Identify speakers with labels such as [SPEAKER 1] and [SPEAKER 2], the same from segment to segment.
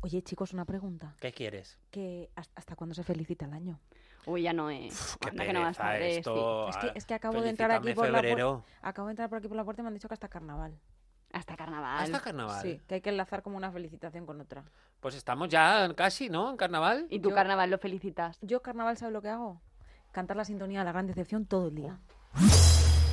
[SPEAKER 1] Oye, chicos, una pregunta.
[SPEAKER 2] ¿Qué quieres?
[SPEAKER 1] ¿Que has- ¿Hasta cuándo se felicita el año?
[SPEAKER 3] Uy, ya no es.
[SPEAKER 2] Uf, qué
[SPEAKER 3] Anda que no vas a
[SPEAKER 2] pereza
[SPEAKER 3] ver, sí.
[SPEAKER 2] esto.
[SPEAKER 1] Es que,
[SPEAKER 2] ah,
[SPEAKER 1] es que acabo de entrar aquí
[SPEAKER 2] felicítame
[SPEAKER 1] por la
[SPEAKER 2] febrero.
[SPEAKER 1] puerta. Acabo de entrar por aquí por la puerta y me han dicho que hasta carnaval.
[SPEAKER 3] Hasta carnaval.
[SPEAKER 2] Hasta carnaval.
[SPEAKER 1] Sí, que hay que enlazar como una felicitación con otra.
[SPEAKER 2] Pues estamos ya casi, ¿no? En carnaval.
[SPEAKER 3] Y tu
[SPEAKER 1] Yo-
[SPEAKER 3] carnaval lo felicitas.
[SPEAKER 1] Yo carnaval, ¿sabes lo que hago? Cantar la sintonía de la gran decepción todo el día.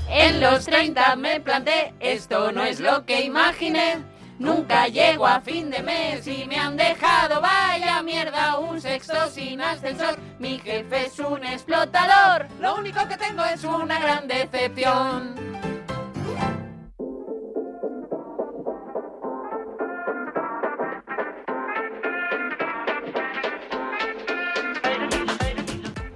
[SPEAKER 3] En los 30 me planté,
[SPEAKER 2] esto no es lo que imaginé. Nunca llego a fin de mes y me han dejado vaya mierda un sexto sin ascensor. Mi jefe es un explotador. Lo único que tengo es una gran decepción.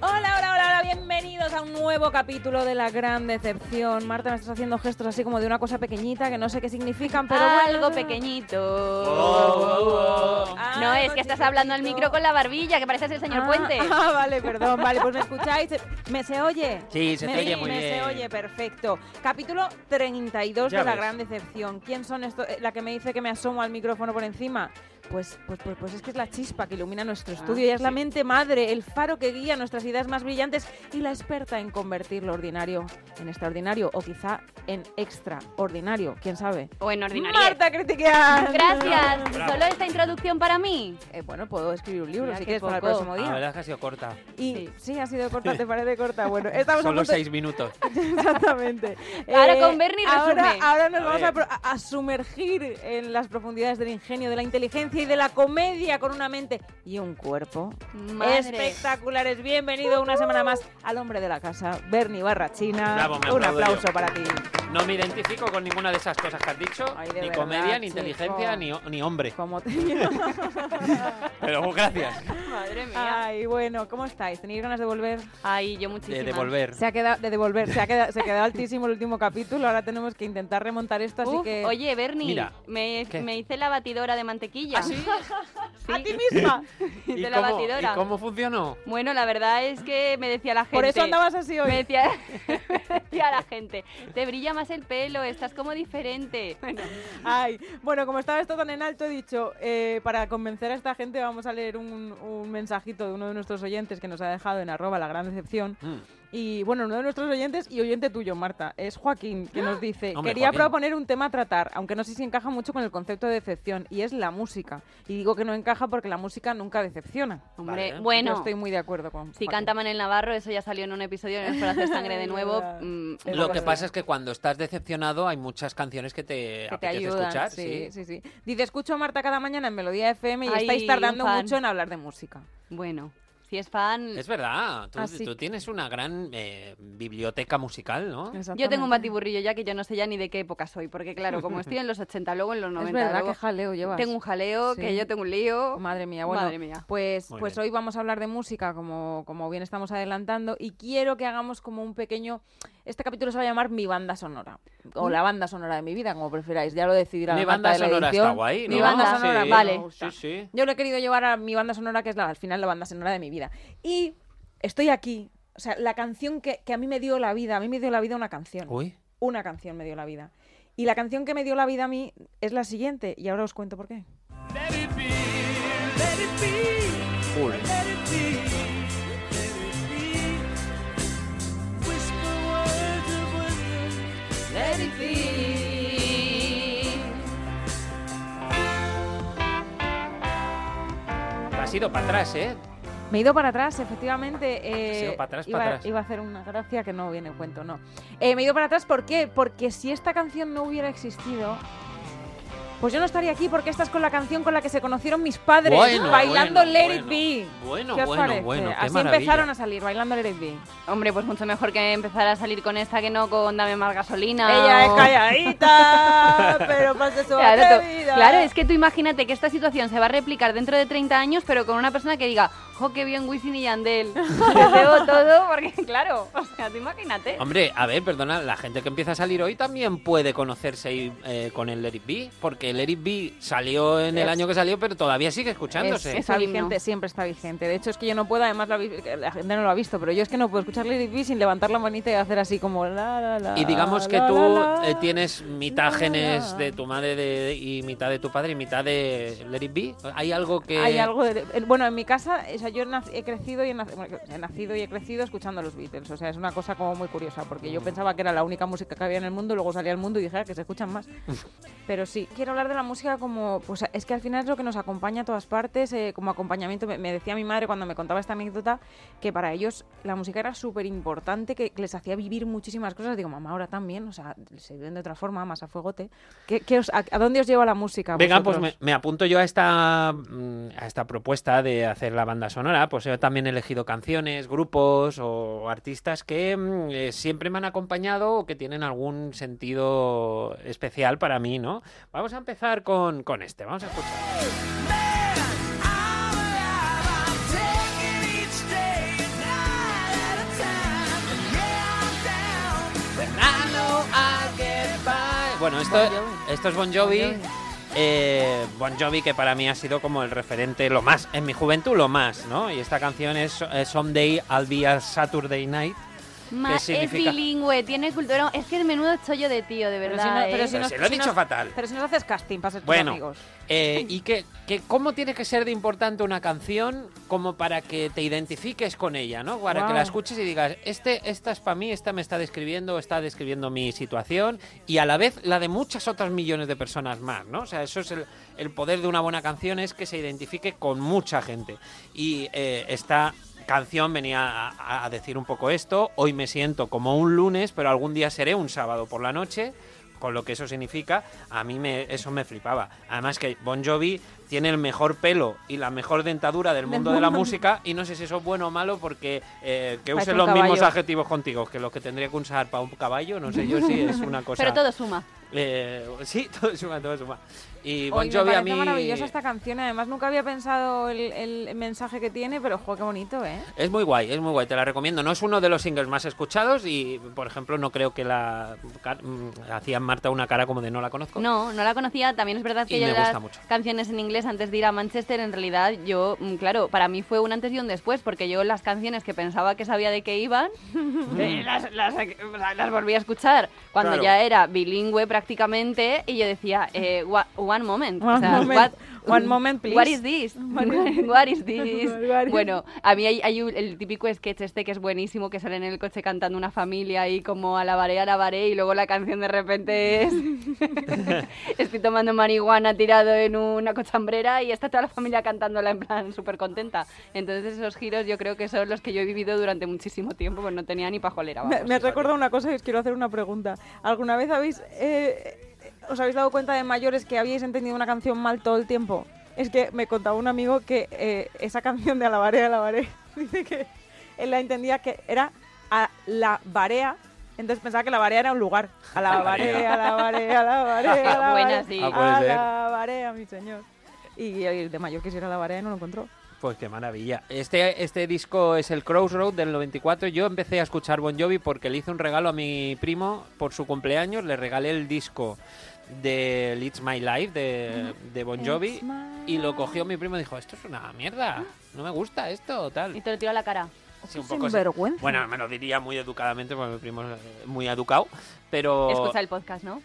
[SPEAKER 1] Hola, hola, hola, hola, bienvenidos a un nuevo capítulo de La Gran Decepción. Marta, me estás haciendo gestos así como de una cosa pequeñita que no sé qué significan, pero bueno.
[SPEAKER 2] Ah.
[SPEAKER 3] algo pequeñito.
[SPEAKER 2] Oh,
[SPEAKER 3] No, es que estás hablando al micro con la barbilla, que pareces el señor
[SPEAKER 1] Ah,
[SPEAKER 3] Puente.
[SPEAKER 1] Ah, vale, perdón, vale, pues me escucháis. ¿Me se oye?
[SPEAKER 2] Sí, se te
[SPEAKER 1] Me-
[SPEAKER 2] oye muy
[SPEAKER 1] me
[SPEAKER 2] bien.
[SPEAKER 1] se oye, perfecto. Capítulo 32
[SPEAKER 2] Ya
[SPEAKER 1] de La
[SPEAKER 2] ves.
[SPEAKER 1] Gran Decepción. ¿Quién son estos? eh, La que me dice que me asomo al micrófono por encima. Pues, pues, pues, pues es que es la chispa que ilumina nuestro
[SPEAKER 2] Ah,
[SPEAKER 1] estudio. Ella es la mente madre, el faro que guía nuestras ideas más brillantes y la experta en convertir lo ordinario en extraordinario o quizá en extraordinario. ¿Quién sabe?
[SPEAKER 3] O en ordinario.
[SPEAKER 1] Marta Critiquear.
[SPEAKER 3] Gracias. Solo esta introducción para mí.
[SPEAKER 1] Eh, bueno, puedo escribir un libro
[SPEAKER 3] Mira,
[SPEAKER 1] si
[SPEAKER 3] qué
[SPEAKER 1] quieres para el
[SPEAKER 3] poco.
[SPEAKER 1] próximo
[SPEAKER 2] Ah, La
[SPEAKER 1] día.
[SPEAKER 2] verdad es que ha sido corta.
[SPEAKER 1] Y sí. ha sido corta, te parece corta. Bueno, estamos a
[SPEAKER 2] Solo
[SPEAKER 1] punto-
[SPEAKER 2] seis minutos.
[SPEAKER 1] Exactamente. Eh,
[SPEAKER 3] Ahora con Bernie
[SPEAKER 1] ahora,
[SPEAKER 3] resume.
[SPEAKER 1] ahora nos
[SPEAKER 2] A
[SPEAKER 1] vamos a,
[SPEAKER 2] ver.
[SPEAKER 1] pro- a- a sumergir en las profundidades del ingenio, de la inteligencia y de la comedia con una mente y un cuerpo
[SPEAKER 3] Madre.
[SPEAKER 1] espectaculares. Bienvenido una semana más al hombre de la casa, Bernie Barrachina.
[SPEAKER 2] Bravo, me
[SPEAKER 1] un
[SPEAKER 2] aplaudo
[SPEAKER 1] aplauso
[SPEAKER 2] yo.
[SPEAKER 1] para ti.
[SPEAKER 2] No me identifico con ninguna de esas cosas que has dicho.
[SPEAKER 1] Ay,
[SPEAKER 2] ni
[SPEAKER 1] de verdad,
[SPEAKER 2] comedia, ni
[SPEAKER 1] chico.
[SPEAKER 2] inteligencia, ni, ni hombre.
[SPEAKER 1] ¿Cómo te
[SPEAKER 2] Pero oh, gracias.
[SPEAKER 3] Madre
[SPEAKER 1] Ay, bueno, ¿cómo estáis? ¿Tenéis ganas de volver?
[SPEAKER 3] Ay, yo muchísimo.
[SPEAKER 2] De devolver.
[SPEAKER 1] Se ha quedado de devolver, se ha quedado, se quedó altísimo el último capítulo. Ahora tenemos que intentar remontar esto, así
[SPEAKER 3] Uf,
[SPEAKER 1] que
[SPEAKER 3] Oye, Bernie,
[SPEAKER 2] Mira,
[SPEAKER 3] me,
[SPEAKER 2] ¿qué?
[SPEAKER 3] me hice la batidora de mantequilla.
[SPEAKER 2] ¿Ah, sí?
[SPEAKER 3] Sí.
[SPEAKER 1] a ti misma.
[SPEAKER 3] Me hice
[SPEAKER 2] ¿Y
[SPEAKER 3] la
[SPEAKER 2] cómo-
[SPEAKER 3] batidora.
[SPEAKER 2] ¿Y cómo funcionó?
[SPEAKER 3] Bueno, la verdad es que me decía la gente.
[SPEAKER 1] Por eso andabas así hoy.
[SPEAKER 3] Me decía, me decía la gente, te brilla más el pelo, estás como diferente. Bueno,
[SPEAKER 1] Ay, bueno, como estaba esto tan en alto, he dicho, eh, para convencer a esta gente vamos a leer un, un mensajito de uno de nuestros oyentes que nos ha dejado en arroba la gran decepción.
[SPEAKER 2] Mm.
[SPEAKER 1] Y bueno, uno de nuestros oyentes y oyente tuyo, Marta, es Joaquín, que nos dice,
[SPEAKER 2] ¡Ah! Hombre,
[SPEAKER 1] quería
[SPEAKER 2] Joaquín.
[SPEAKER 1] proponer un tema a tratar, aunque no sé si encaja mucho con el concepto de decepción, y es la música. Y digo que no encaja porque la música nunca decepciona.
[SPEAKER 3] hombre,
[SPEAKER 2] Vale.
[SPEAKER 1] Yo
[SPEAKER 3] bueno.
[SPEAKER 1] estoy muy de acuerdo con...
[SPEAKER 3] Si
[SPEAKER 1] Joaquín.
[SPEAKER 3] canta Manel Navarro, eso ya salió en un episodio de No es para hacer sangre de
[SPEAKER 1] Es
[SPEAKER 3] nuevo.
[SPEAKER 1] verdad.
[SPEAKER 3] mm,
[SPEAKER 1] Es
[SPEAKER 2] Lo
[SPEAKER 1] verdad.
[SPEAKER 2] que pasa es que cuando estás decepcionado hay muchas canciones que te,
[SPEAKER 1] que te
[SPEAKER 2] apetece
[SPEAKER 1] ayudan.
[SPEAKER 2] escuchar.
[SPEAKER 1] sí,
[SPEAKER 2] sí.
[SPEAKER 1] sí, sí. Dice, escucho a Marta cada mañana en Melodía FM y
[SPEAKER 3] Ay,
[SPEAKER 1] estáis tardando
[SPEAKER 3] un fan.
[SPEAKER 1] mucho en hablar de música.
[SPEAKER 3] Bueno, si es fan,
[SPEAKER 2] Es verdad, tú,
[SPEAKER 1] Así
[SPEAKER 2] tú
[SPEAKER 1] que-
[SPEAKER 2] tienes una gran eh, biblioteca musical, ¿no?
[SPEAKER 3] yo tengo un batiburrillo ya que yo no sé ya ni de qué época soy, porque claro, como estoy en los 80, luego en los 90,
[SPEAKER 1] Es verdad
[SPEAKER 3] luego
[SPEAKER 1] que jaleo llevas.
[SPEAKER 3] tengo un jaleo,
[SPEAKER 1] Sí.
[SPEAKER 3] que yo tengo un lío.
[SPEAKER 1] Madre mía, bueno,
[SPEAKER 3] Madre mía.
[SPEAKER 1] pues,
[SPEAKER 2] Muy
[SPEAKER 1] pues
[SPEAKER 2] bien.
[SPEAKER 1] hoy vamos a hablar de música, como, como bien estamos adelantando, y quiero que hagamos como un pequeño... Este capítulo se va a llamar Mi banda sonora,
[SPEAKER 3] Mm.
[SPEAKER 1] o la banda sonora de mi vida, como preferáis, ya lo decidirá
[SPEAKER 2] Mi
[SPEAKER 1] la
[SPEAKER 2] banda
[SPEAKER 1] Marta de la
[SPEAKER 2] sonora
[SPEAKER 1] edición.
[SPEAKER 2] está guay, ¿no?
[SPEAKER 1] Mi banda
[SPEAKER 3] Sí.
[SPEAKER 1] sonora,
[SPEAKER 2] Sí.
[SPEAKER 1] vale.
[SPEAKER 2] Sí, sí.
[SPEAKER 1] Yo lo he querido llevar a mi banda sonora, que es la- al final la banda sonora de mi vida. Y estoy aquí, o sea, la canción que, que a mí me dio la vida, a mí me dio la vida una canción.
[SPEAKER 2] Uy,
[SPEAKER 1] Una canción me dio la vida. Y la canción que me dio la vida a mí es la siguiente, y ahora os cuento por qué.
[SPEAKER 2] cool. Te has ido para atrás, ¿eh?
[SPEAKER 1] Me he ido para atrás, efectivamente.
[SPEAKER 2] Ah, Has
[SPEAKER 1] eh,
[SPEAKER 2] ido para atrás,
[SPEAKER 1] iba,
[SPEAKER 2] para atrás.
[SPEAKER 1] iba a hacer una gracia que no viene en cuento, no. Eh, me he ido para atrás, ¿por qué? Porque si esta canción no hubiera existido, pues yo no estaría aquí porque esta es con la canción con la que se conocieron mis padres,
[SPEAKER 2] Bueno,
[SPEAKER 1] bailando
[SPEAKER 2] bueno,
[SPEAKER 1] Let
[SPEAKER 2] bueno.
[SPEAKER 1] It Be.
[SPEAKER 2] Bueno,
[SPEAKER 1] ¿Qué os
[SPEAKER 2] bueno,
[SPEAKER 1] parece?
[SPEAKER 2] bueno, qué
[SPEAKER 1] Así
[SPEAKER 2] maravilla.
[SPEAKER 1] empezaron a salir, bailando Let It Be.
[SPEAKER 3] Hombre, pues mucho mejor que empezar a salir con esta que no con Dame más gasolina.
[SPEAKER 1] Ella es
[SPEAKER 3] o-
[SPEAKER 1] calladita, pero pasa su
[SPEAKER 3] Claro, tú-
[SPEAKER 1] atrevida.
[SPEAKER 3] claro, es que tú imagínate que esta situación se va a replicar dentro de 30 años, pero con una persona que diga, jo, qué bien Wisin y Yandel. Les debo todo porque, claro, o sea, tú imagínate.
[SPEAKER 2] Hombre, a ver, perdona, la gente que empieza a salir hoy también puede conocerse y, eh, con el Let It Be, porque el Eric B salió en el
[SPEAKER 1] Es-
[SPEAKER 2] año que salió, pero todavía sigue escuchándose.
[SPEAKER 1] Es- está
[SPEAKER 3] Es un himno.
[SPEAKER 1] vigente, siempre está vigente. De hecho, es que yo no puedo, además la, vi- la gente no lo ha visto, pero yo es que no puedo escuchar Lady B sin levantar la manita y hacer así como la, la, la,
[SPEAKER 2] y digamos que
[SPEAKER 1] la,
[SPEAKER 2] tú
[SPEAKER 1] la, la.
[SPEAKER 2] eh, tienes mitad
[SPEAKER 1] la,
[SPEAKER 2] genes
[SPEAKER 1] la.
[SPEAKER 2] de tu madre de- y mitad de tu padre y mitad de Let It Be. ¿Hay algo que...?
[SPEAKER 1] Hay algo de- el- bueno, en mi casa, eh, o sea, yo nac- he crecido y he, nac- bueno, he nacido y he crecido escuchando a los Beatles. O sea, es una cosa como muy curiosa, porque
[SPEAKER 2] Mm.
[SPEAKER 1] yo pensaba que era la única música que había en el mundo, luego salía al mundo y dije "Ah, que se escuchan más. Pero sí, quiero hablar de la música como, pues es que al final es lo que nos acompaña a todas partes, eh, como acompañamiento. Me, me decía mi madre cuando me contaba esta anécdota que para ellos la música era súper importante, que les hacía vivir muchísimas cosas. Digo, mamá, ahora también, o sea, se viven de otra forma, más a fuegote. ¿Qué, qué os- a, a dónde os lleva la música? a
[SPEAKER 2] Venga, pues me,
[SPEAKER 1] vosotros?
[SPEAKER 2] me apunto yo a esta, mm, a esta propuesta de hacer la banda sonora. Pues yo también he elegido canciones, grupos o artistas que mm, eh, siempre me han acompañado o que tienen algún sentido especial para mí, ¿no? Vamos a empezar con, con este, vamos a escuchar. Bueno, esto, esto es Bon Jovi. Eh, bon Jovi, que para mí ha sido como el referente, lo más, en mi juventud, lo más, ¿no? Y esta canción es eh, Someday I'll Be a Saturday Night.
[SPEAKER 3] Ma- es
[SPEAKER 2] significa?
[SPEAKER 3] bilingüe, tiene cultura. Es que el menudo chollo de tío, de
[SPEAKER 1] Pero
[SPEAKER 3] verdad.
[SPEAKER 1] si no- pero
[SPEAKER 3] ¿eh?
[SPEAKER 1] si
[SPEAKER 2] Pero
[SPEAKER 1] nos-
[SPEAKER 2] se lo he
[SPEAKER 1] si
[SPEAKER 2] dicho
[SPEAKER 1] nos-
[SPEAKER 2] fatal.
[SPEAKER 1] Pero si nos haces casting para ser tus
[SPEAKER 2] Bueno.
[SPEAKER 1] amigos.
[SPEAKER 2] Eh, y que, que cómo tiene que ser de importante una canción como para que te identifiques con ella, ¿no? Para que
[SPEAKER 1] Guau.
[SPEAKER 2] la escuches y digas, este, esta es para mí, esta me está describiendo, está describiendo mi situación y a la vez la de muchas otras millones de personas más, ¿no? O sea, eso es el, el poder de una buena canción, es que se identifique con mucha gente. Y eh, esta canción venía a, a decir un poco esto, hoy me siento como un lunes, pero algún día seré un sábado por la noche con lo que eso significa, a mí me, eso me flipaba. Además que Bon Jovi tiene el mejor pelo y la mejor dentadura del mundo de la música y no sé si eso es bueno o malo porque eh, que
[SPEAKER 1] Parece
[SPEAKER 2] usen
[SPEAKER 1] un
[SPEAKER 2] los mismos
[SPEAKER 1] caballo.
[SPEAKER 2] adjetivos contigo que los que tendría que usar para un caballo, no sé yo si es una cosa...
[SPEAKER 3] Pero todo suma.
[SPEAKER 2] Eh, sí, todo suma, todo suma. Y Bon
[SPEAKER 1] Hoy me
[SPEAKER 2] Jovi a
[SPEAKER 1] parece
[SPEAKER 2] mí...
[SPEAKER 1] maravillosa esta canción. Además, nunca había pensado el, el mensaje que tiene, pero jo, qué bonito, ¿eh?
[SPEAKER 2] Es muy guay, es muy guay, te la recomiendo. No es uno de los singles más escuchados y, por ejemplo, no creo que la... car- mm, Hacía Marta una cara como de no la conozco.
[SPEAKER 3] No, no la conocía. También es verdad que
[SPEAKER 2] Y
[SPEAKER 3] yo
[SPEAKER 2] me
[SPEAKER 3] las
[SPEAKER 2] gusta mucho.
[SPEAKER 3] canciones en inglés antes de ir a Manchester, en realidad yo, mm, claro, para mí fue un antes y un después, porque yo las canciones que pensaba que sabía de qué iban, eh, las, las- las volví a escuchar cuando
[SPEAKER 2] Claro.
[SPEAKER 3] ya era bilingüe prácticamente y yo decía, eh, "Wa- one moment.
[SPEAKER 1] One
[SPEAKER 3] o sea,
[SPEAKER 1] moment.
[SPEAKER 3] what- mm,
[SPEAKER 1] One moment, please.
[SPEAKER 3] What is this? What is this?
[SPEAKER 1] What is-
[SPEAKER 3] Bueno, a mí hay, hay un- el típico sketch este que es buenísimo, que sale en el coche cantando una familia y como alabaré, alabaré, y luego la canción de repente es... Estoy tomando marihuana tirado en una cochambrera y está toda la familia cantándola en plan súper contenta. Entonces esos giros yo creo que son los que yo he vivido durante muchísimo tiempo, pues no tenía ni pajolera.
[SPEAKER 1] Me,
[SPEAKER 3] vamos.
[SPEAKER 1] me recuerda una cosa y os quiero hacer una pregunta. ¿Alguna vez habéis eh, os habéis dado cuenta de mayores que habíais entendido una canción mal todo el tiempo? Es que me contaba un amigo que eh, esa canción de Alabaré, Alabaré, dice que él la entendía que era a la barea, entonces pensaba que la barea era un lugar. A la barea, a la barea, a la barea. a la
[SPEAKER 3] Buena,
[SPEAKER 1] barea,
[SPEAKER 3] sí.
[SPEAKER 2] Ah, puede ser.
[SPEAKER 1] A la barea, mi señor. Y el de mayor que si era la barea no lo encontró.
[SPEAKER 2] Pues qué maravilla. Este, este disco es el Crossroad del 94. Yo empecé a escuchar Bon Jovi porque le hice un regalo a mi primo por su cumpleaños. Le regalé el disco de It's My Life de, de Bon Jovi.
[SPEAKER 1] It's my
[SPEAKER 2] Y lo cogió mi primo y dijo, esto es una mierda. No me gusta esto,
[SPEAKER 3] Y
[SPEAKER 2] tal.
[SPEAKER 3] te lo tiro a la cara.
[SPEAKER 2] Sí, un
[SPEAKER 1] qué
[SPEAKER 2] poco así.
[SPEAKER 1] sinvergüenza.
[SPEAKER 2] Bueno, me lo diría muy educadamente porque mi primo es eh, muy educado. Pero...
[SPEAKER 3] Escucha el podcast, ¿no?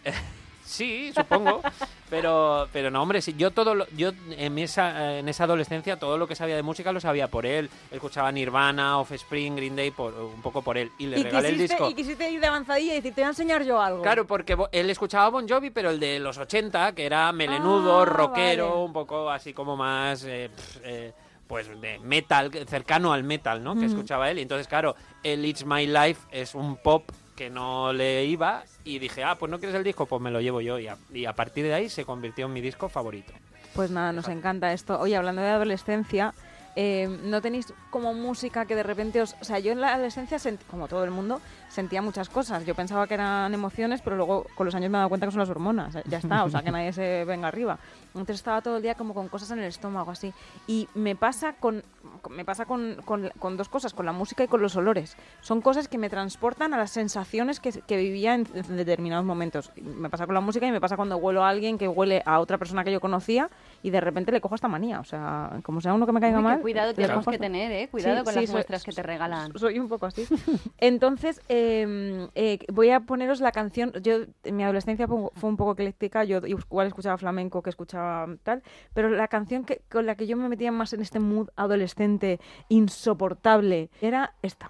[SPEAKER 2] Sí, supongo. pero, pero no, hombre, sí, yo todo lo- yo en mi esa, en esa adolescencia todo lo que sabía de música lo sabía por él. Escuchaba Nirvana, Offspring, Green Day, por, un poco por él. Y le
[SPEAKER 1] Y
[SPEAKER 2] regalé el
[SPEAKER 1] quisiste,
[SPEAKER 2] disco.
[SPEAKER 1] y quisiste ir de avanzadilla y decir, te voy a enseñar yo algo.
[SPEAKER 2] Claro, porque bo- él escuchaba Bon Jovi, pero el de los 80, que era melenudo,
[SPEAKER 1] Ah,
[SPEAKER 2] rockero,
[SPEAKER 1] vale.
[SPEAKER 2] un poco así como más, eh, pf, eh, pues de metal, cercano al metal, ¿no?
[SPEAKER 1] Mm.
[SPEAKER 2] Que escuchaba él. Y entonces, claro, el It's My Life es un pop que no le iba y dije, ah, pues no quieres el disco, pues me lo llevo yo. Y a, y a partir de ahí se convirtió en mi disco favorito.
[SPEAKER 1] Pues nada, nos encanta esto. Oye, hablando de adolescencia, eh, no tenéis como música que de repente os... O sea, yo en la adolescencia, sent- como todo el mundo, sentía muchas cosas. Yo pensaba que eran emociones, pero luego con los años me he dado cuenta que son las hormonas. Ya está, o sea, que nadie se venga arriba. Entonces estaba todo el día como con cosas en el estómago, así. Y me pasa con, con- me pasa con, con- con dos cosas, con la música y con los olores. Son cosas que me transportan a las sensaciones que, que vivía en, en determinados momentos. Me pasa con la música y me pasa cuando huelo a alguien que huele a otra persona que yo conocía y de repente le cojo esta manía. O sea, como sea uno que me caiga
[SPEAKER 3] Uy, qué
[SPEAKER 1] mal.
[SPEAKER 3] cuidado
[SPEAKER 1] le
[SPEAKER 3] tenemos
[SPEAKER 1] cojo
[SPEAKER 3] que
[SPEAKER 1] esta-
[SPEAKER 3] tener, ¿eh? Cuidado
[SPEAKER 1] Sí,
[SPEAKER 3] con
[SPEAKER 1] sí,
[SPEAKER 3] las
[SPEAKER 1] soy-
[SPEAKER 3] muestras que te regalan.
[SPEAKER 1] soy un poco así. Entonces, eh, eh, voy a poneros la canción. Yo, en mi adolescencia pongo- fue un poco ecléctica. Yo igual escuchaba flamenco, que escuchaba tal. Pero la canción que, con la que yo me metía más en este mood adolescente insoportable era esta.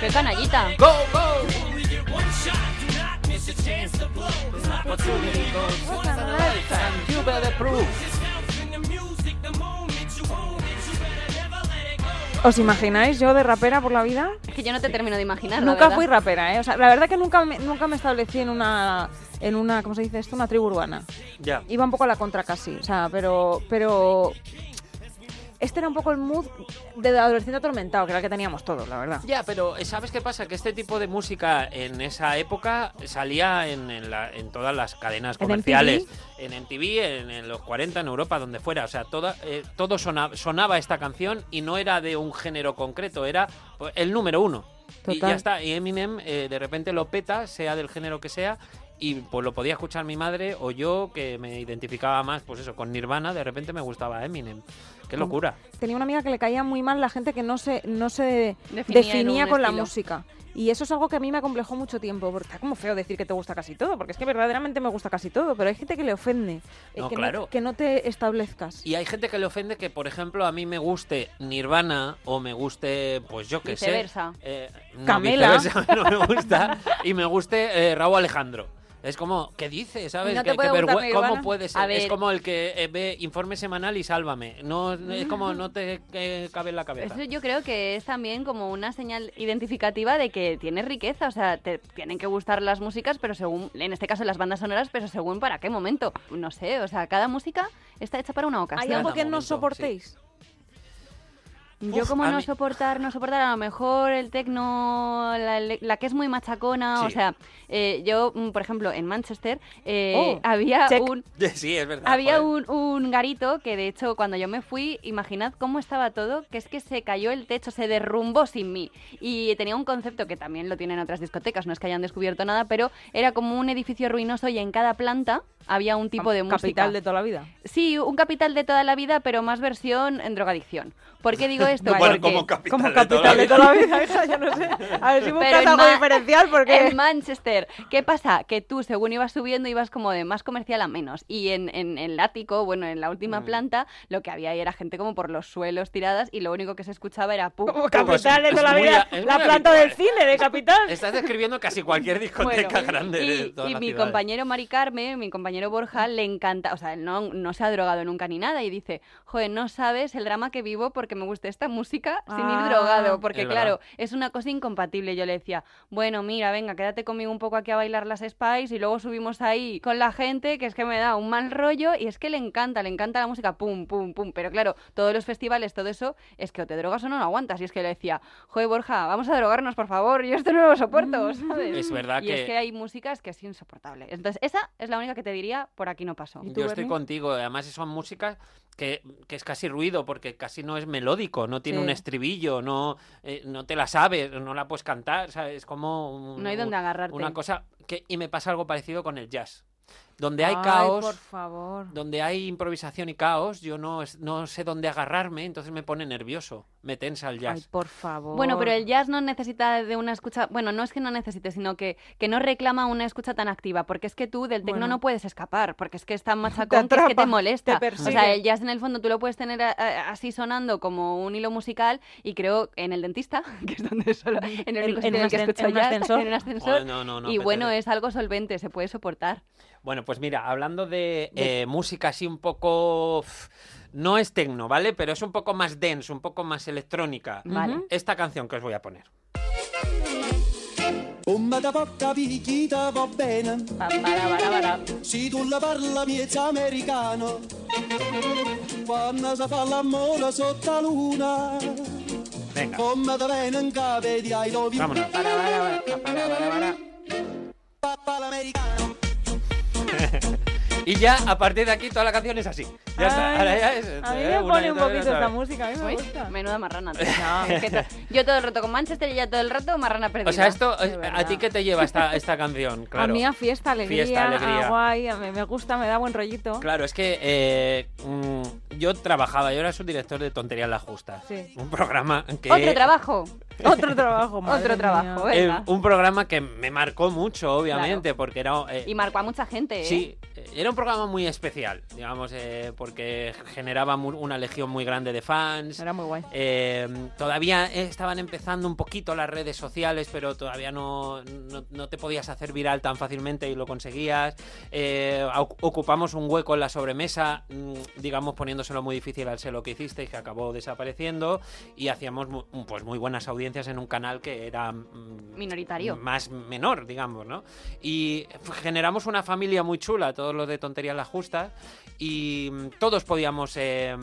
[SPEAKER 3] ¡Qué canallita!
[SPEAKER 1] ¿Os imagináis yo de rapera por la vida?
[SPEAKER 3] Es que yo no te termino de imaginar, Ah, la
[SPEAKER 1] Nunca
[SPEAKER 3] verdad.
[SPEAKER 1] fui rapera, ¿eh? O sea, la verdad que nunca me, nunca me establecí en una, en una, ¿cómo se dice esto? Una tribu urbana.
[SPEAKER 2] Ya.
[SPEAKER 1] iba un poco a la contra casi, o sea, pero, pero este era un poco el mood de adolescente atormentado, que era el que teníamos todos, la verdad.
[SPEAKER 2] Ya, pero eh, ¿sabes qué pasa? Que este tipo de música en esa época salía en, en la- en todas las cadenas
[SPEAKER 1] ¿En
[SPEAKER 2] comerciales. En MTV, en, en los 40, en Europa, donde fuera. O sea, toda, eh, todo sona- sonaba esta canción y no era de un género concreto, era pues, el número uno. Y
[SPEAKER 1] Total.
[SPEAKER 2] ya está. Y Eminem eh, de repente lo peta, sea del género que sea. Y pues lo podía escuchar mi madre o yo, que me identificaba más, pues eso, con Nirvana, de repente me gustaba Eminem.
[SPEAKER 1] Mm.
[SPEAKER 2] Qué locura.
[SPEAKER 1] Tenía una amiga que le caía muy mal la gente que no se, no se
[SPEAKER 3] Definía
[SPEAKER 1] definía,
[SPEAKER 3] en un
[SPEAKER 1] con la
[SPEAKER 3] estilo.
[SPEAKER 1] música. Y eso es algo que a mí me acomplejó mucho tiempo, porque está como feo decir que te gusta casi todo, porque es que verdaderamente me gusta casi todo, pero hay gente que le ofende, eh,
[SPEAKER 2] No,
[SPEAKER 1] que,
[SPEAKER 2] claro.
[SPEAKER 1] que no te establezcas.
[SPEAKER 2] Y hay gente que le ofende que, por ejemplo, a mí me guste Nirvana o me guste, pues yo qué sé.
[SPEAKER 3] Viceversa.
[SPEAKER 2] eh, no,
[SPEAKER 1] Camela.
[SPEAKER 2] viceversa, no me gusta. y me guste eh, Raúl Alejandro. Es como, ¿qué dice? ¿Sabes?
[SPEAKER 1] No
[SPEAKER 2] ¿Qué-
[SPEAKER 1] te puede
[SPEAKER 2] qué
[SPEAKER 1] gustar
[SPEAKER 2] vergüe-
[SPEAKER 1] Nirvana.
[SPEAKER 2] ¿Cómo puede ser?
[SPEAKER 3] A ver.
[SPEAKER 2] Es como el que eh, ve informe semanal y sálvame. No, es como, no te eh, cabe en la cabeza.
[SPEAKER 3] Eso yo creo que es también como una señal identificativa de que tienes riqueza, o sea, te tienen que gustar las músicas, pero según, en este caso las bandas sonoras, pero según para qué momento. No sé, o sea, cada música está hecha para una
[SPEAKER 1] ¿Hay
[SPEAKER 3] ocasión.
[SPEAKER 1] algo que
[SPEAKER 2] momento,
[SPEAKER 1] no
[SPEAKER 2] sí.
[SPEAKER 1] soportéis?
[SPEAKER 3] Yo
[SPEAKER 2] Uf,
[SPEAKER 3] como
[SPEAKER 2] a
[SPEAKER 3] no
[SPEAKER 2] mí-
[SPEAKER 3] soportar, no soportar a lo mejor el tecno, la, ele- la que es muy machacona, o
[SPEAKER 2] Sí.
[SPEAKER 3] sea, eh, yo, mm, por ejemplo, en Manchester eh,
[SPEAKER 1] Oh,
[SPEAKER 3] había
[SPEAKER 1] check.
[SPEAKER 3] un...
[SPEAKER 2] Sí, es verdad.
[SPEAKER 1] Ah,
[SPEAKER 3] Había
[SPEAKER 2] joder.
[SPEAKER 3] un, un garito que, de hecho, cuando yo me fui, imaginad cómo estaba todo, que es que se cayó el techo, se derrumbó sin mí. Y tenía un concepto que también lo tienen otras discotecas, no es que hayan descubierto nada, pero era como un edificio ruinoso y en cada planta había un tipo de música.
[SPEAKER 1] Capital de toda la vida.
[SPEAKER 3] Sí, un capital de toda la vida, pero más versión en drogadicción. ¿Por qué digo esto?
[SPEAKER 2] Bueno,
[SPEAKER 3] Porque
[SPEAKER 2] como capital,
[SPEAKER 1] Como
[SPEAKER 2] de toda la
[SPEAKER 1] capital de
[SPEAKER 2] vida.
[SPEAKER 1] toda la vida, hija, yo no sé. A ver si
[SPEAKER 3] Pero en
[SPEAKER 1] buscas algo
[SPEAKER 3] Ma-
[SPEAKER 1] diferencial, porque...
[SPEAKER 3] en Manchester, ¿qué pasa? Que tú, según ibas subiendo, ibas como de más comercial a menos. Y en, en- en el ático, bueno, en la última
[SPEAKER 1] Mm.
[SPEAKER 3] planta, lo que había ahí era gente como por los suelos tiradas y lo único que se escuchaba era pu.
[SPEAKER 1] Como
[SPEAKER 3] pu.
[SPEAKER 1] capital de
[SPEAKER 2] Pues es
[SPEAKER 1] toda la
[SPEAKER 2] muy
[SPEAKER 1] vida.
[SPEAKER 2] a- es
[SPEAKER 1] La
[SPEAKER 2] muy
[SPEAKER 1] planta del
[SPEAKER 2] habitual.
[SPEAKER 1] cine de capital.
[SPEAKER 2] Estás describiendo casi cualquier discoteca
[SPEAKER 3] Bueno,
[SPEAKER 2] grande
[SPEAKER 3] y,
[SPEAKER 2] de todas
[SPEAKER 3] y
[SPEAKER 2] las
[SPEAKER 3] mi
[SPEAKER 2] ciudades.
[SPEAKER 3] compañero Mari Carmen, mi compañero Borja, le encanta, o sea, él no, no se ha drogado nunca ni nada y dice, joder, no sabes el drama que vivo porque me gusta esta música sin
[SPEAKER 1] Ah,
[SPEAKER 3] ir drogado, porque
[SPEAKER 2] es
[SPEAKER 3] claro,
[SPEAKER 2] verdad.
[SPEAKER 3] es una cosa incompatible. Yo le decía, bueno, mira, venga, quédate conmigo un poco aquí a bailar las Spice y luego subimos ahí con la gente, que es que me da un mal rollo y es que le encanta, le encanta la música, pum, pum, pum, pero claro, todos los festivales, todo eso, es que o te drogas o no, no aguantas. Y es que le decía, joder, Borja, vamos a drogarnos, por favor, yo esto no lo soporto, ¿sabes?
[SPEAKER 2] Es verdad
[SPEAKER 3] Y
[SPEAKER 2] que-
[SPEAKER 3] es que hay músicas que es insoportable. Entonces, esa es la única que te diría, por aquí no pasó.
[SPEAKER 1] ¿Y tú,
[SPEAKER 2] Yo estoy
[SPEAKER 1] Berni?
[SPEAKER 2] contigo. Además, son músicas que, que es casi ruido, porque casi no es melódico, no tiene
[SPEAKER 1] Sí.
[SPEAKER 2] un estribillo, no, eh, no te la sabes, no la puedes cantar. ¿sabes? Es como. un-
[SPEAKER 3] No hay dónde agarrarte.
[SPEAKER 2] Una cosa. Que, y me pasa algo parecido con el jazz. Donde hay
[SPEAKER 1] Ay,
[SPEAKER 2] caos,
[SPEAKER 1] por favor.
[SPEAKER 2] donde hay improvisación y caos, yo no, es- no sé dónde agarrarme, entonces me pone nervioso, me tensa el
[SPEAKER 1] Ay,
[SPEAKER 2] jazz.
[SPEAKER 1] por favor.
[SPEAKER 3] Bueno, pero el jazz no necesita de una escucha, bueno, no es que no necesite, sino que, que no reclama una escucha tan activa, porque es que tú del tecno
[SPEAKER 1] Bueno.
[SPEAKER 3] no puedes escapar, porque es que es tan machacón que es que
[SPEAKER 1] atrapa,
[SPEAKER 3] te molesta.
[SPEAKER 1] te
[SPEAKER 3] o sea,
[SPEAKER 1] persigue.
[SPEAKER 3] el jazz en el fondo tú lo puedes tener a- a- así sonando como un hilo musical y creo en el dentista, que es donde solo, en el único
[SPEAKER 1] En-
[SPEAKER 3] sitio
[SPEAKER 1] en
[SPEAKER 3] en el que
[SPEAKER 1] un ascen-
[SPEAKER 3] escucho
[SPEAKER 1] en un
[SPEAKER 3] jazz,
[SPEAKER 1] ascensor.
[SPEAKER 3] en un ascensor.
[SPEAKER 2] Ay, no, no, no,
[SPEAKER 3] y
[SPEAKER 2] vete
[SPEAKER 3] bueno,
[SPEAKER 2] de-
[SPEAKER 3] es algo solvente, se puede soportar.
[SPEAKER 2] Bueno, pues mira, hablando de eh, música así un poco... pf, No es tecno, ¿vale? Pero es un poco más dense, un poco más electrónica.
[SPEAKER 3] Vale.
[SPEAKER 2] Esta canción que os voy a poner.
[SPEAKER 4] Bomba da porta picchita va bene,
[SPEAKER 3] Pa, para, para, para.
[SPEAKER 4] se tu la parla miez americano. Quando si fa l'amore sotto la luna,
[SPEAKER 2] Venga,
[SPEAKER 4] come te vengono in capo di ai lovi.
[SPEAKER 2] vámonos.
[SPEAKER 4] Papà l'americano.
[SPEAKER 2] Y ya a partir de aquí toda la canción es así. Ya está.
[SPEAKER 1] Ay,
[SPEAKER 2] Ahora ya es-
[SPEAKER 1] a mí
[SPEAKER 2] eh,
[SPEAKER 1] me
[SPEAKER 2] una
[SPEAKER 1] pone
[SPEAKER 2] y
[SPEAKER 1] un
[SPEAKER 2] otra vez,
[SPEAKER 1] poquito
[SPEAKER 2] otra
[SPEAKER 1] esta
[SPEAKER 2] vez.
[SPEAKER 1] música, a mí me
[SPEAKER 3] ¿Veis?
[SPEAKER 1] gusta.
[SPEAKER 3] Menuda marrana. tío.
[SPEAKER 1] No.
[SPEAKER 3] Es que to- yo todo el rato con Manchester y ya todo el rato marrana perdida.
[SPEAKER 2] O sea, esto,
[SPEAKER 1] De
[SPEAKER 2] eh, ¿a
[SPEAKER 1] verdad.
[SPEAKER 2] ti qué te lleva esta, esta canción?
[SPEAKER 1] A
[SPEAKER 2] Claro.
[SPEAKER 1] mí a fiesta, alegría,
[SPEAKER 2] Fiesta, alegría.
[SPEAKER 1] a guay, a- me, me gusta, me da buen rollito.
[SPEAKER 2] Claro, es que eh, mm, yo trabajaba, yo era subdirector de Tonterías las Justas.
[SPEAKER 1] Sí.
[SPEAKER 2] Un programa que...
[SPEAKER 3] Otro trabajo.
[SPEAKER 1] Otro trabajo, madre
[SPEAKER 3] Otro
[SPEAKER 1] mía.
[SPEAKER 3] trabajo,
[SPEAKER 2] eh,
[SPEAKER 3] venga.
[SPEAKER 2] un programa que me marcó mucho, obviamente, porque era... eh,
[SPEAKER 3] Y marcó a mucha gente, ¿eh?
[SPEAKER 2] Sí, eh, era un programa muy especial, digamos, eh, porque generaba mu- una legión muy grande de fans.
[SPEAKER 1] Era muy guay.
[SPEAKER 2] Eh, todavía estaban empezando un poquito las redes sociales, pero todavía no, no, no te podías hacer viral tan fácilmente y lo conseguías. Eh, oc- ocupamos un hueco en la sobremesa, mm, digamos poniéndoselo muy difícil al ser lo que hicisteis, que acabó desapareciendo, y hacíamos mu- pues muy buenas audiencias en un canal que era mm,
[SPEAKER 3] Minoritario.
[SPEAKER 2] más menor, digamos, ¿no? Y generamos una familia muy chula, todos los de Tonterías las Justas, y mm, todos podíamos eh,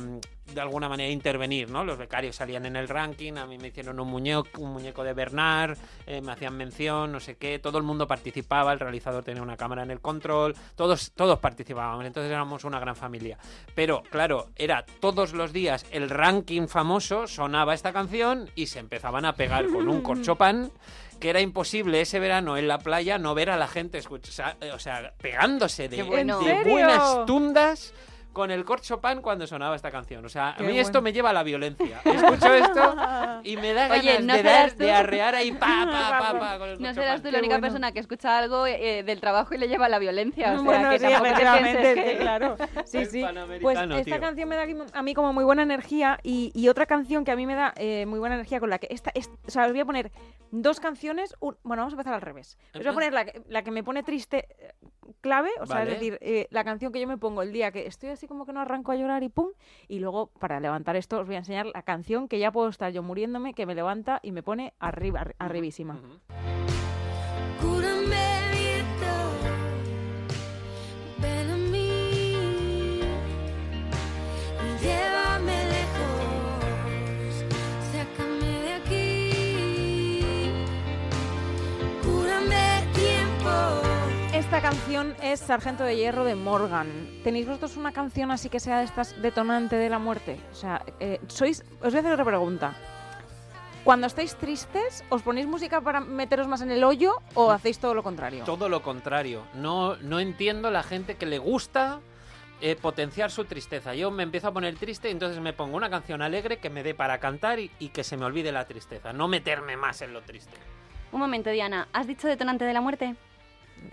[SPEAKER 2] de alguna manera intervenir, ¿no? Los becarios salían en el ranking, a mí me hicieron un muñeco, un muñeco de Bernard, eh, me hacían mención, no sé qué, todo el mundo participaba, el realizador tenía una cámara en el control, todos, todos participábamos, entonces éramos una gran familia. Pero claro, era todos los días el ranking famoso, sonaba esta canción y se empezaban a pegar con un corchopán que era imposible ese verano en la playa no ver a la gente escucha- o sea, eh, o sea, pegándose de,
[SPEAKER 3] Qué bueno.
[SPEAKER 2] de
[SPEAKER 1] ¿En serio?
[SPEAKER 2] buenas tundas con el corcho pan cuando sonaba esta canción. O sea, a
[SPEAKER 1] Qué
[SPEAKER 2] mí esto
[SPEAKER 1] bueno.
[SPEAKER 2] me lleva a la violencia. Escucho esto y me da
[SPEAKER 3] Oye,
[SPEAKER 2] ganas
[SPEAKER 3] ¿no
[SPEAKER 2] de,
[SPEAKER 3] serás
[SPEAKER 2] dar-
[SPEAKER 3] tú?
[SPEAKER 2] de arrear ahí pa, pa, pa, pa, con el
[SPEAKER 3] No
[SPEAKER 2] corcho
[SPEAKER 3] serás tú
[SPEAKER 2] pan.
[SPEAKER 3] la
[SPEAKER 1] Qué
[SPEAKER 3] única
[SPEAKER 1] bueno.
[SPEAKER 3] persona que escucha algo eh, del trabajo y le lleva a la violencia. O sea,
[SPEAKER 1] bueno,
[SPEAKER 3] que
[SPEAKER 1] sí,
[SPEAKER 3] tampoco te
[SPEAKER 1] efectivamente,
[SPEAKER 3] pienses
[SPEAKER 1] es que
[SPEAKER 3] que-
[SPEAKER 1] claro. Sí,
[SPEAKER 2] El
[SPEAKER 1] sí. Pues
[SPEAKER 2] Panamericano,
[SPEAKER 1] esta
[SPEAKER 2] tío.
[SPEAKER 1] canción me da aquí- a mí como muy buena energía y, y otra canción que a mí me da eh, muy buena energía con la que esta, es- o sea, os voy a poner dos canciones, un- bueno, vamos a empezar al revés. Os voy a
[SPEAKER 2] Ajá.
[SPEAKER 1] poner la, que- la que me pone triste eh, clave, o sea,
[SPEAKER 2] Vale.
[SPEAKER 1] es decir, eh, la canción que yo me pongo el día que estoy así como que no arranco a llorar y pum, y luego para levantar esto os voy a enseñar la canción que ya puedo estar yo muriéndome, que me levanta y me pone arriba, arri- arribísima.
[SPEAKER 2] Ujú.
[SPEAKER 5] Cúrame, Víctor, ven a mí y llévame lejos, sácame de aquí. Cúrame, tiempo.
[SPEAKER 1] Esta canción es Sargento de Hierro de Morgan. ¿Tenéis vosotros una canción así que sea de estas detonante de la muerte? O sea, eh, sois. Os voy a hacer otra pregunta. Cuando estáis tristes, ¿os ponéis música para meteros más en el hoyo o hacéis todo lo contrario?
[SPEAKER 2] Todo lo contrario. No, no entiendo la gente que le gusta eh, potenciar su tristeza. Yo me empiezo a poner triste, entonces me pongo una canción alegre que me dé para cantar y, y que se me olvide la tristeza. No meterme más en lo triste.
[SPEAKER 3] Un momento, Diana. ¿Has dicho detonante de la muerte?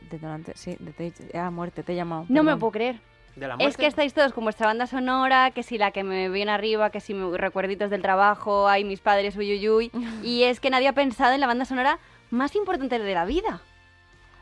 [SPEAKER 1] Detonante, sí, de te- ah, muerte, te he llamado.
[SPEAKER 3] No me
[SPEAKER 1] perdón.
[SPEAKER 3] lo puedo creer.
[SPEAKER 2] De la
[SPEAKER 3] Es
[SPEAKER 2] muerte.
[SPEAKER 3] que estáis todos con vuestra banda sonora, que si la que me viene arriba, que si me- recuerditos del trabajo, hay mis padres, uyuyuy. Y es que nadie ha pensado en la banda sonora más importante de la vida.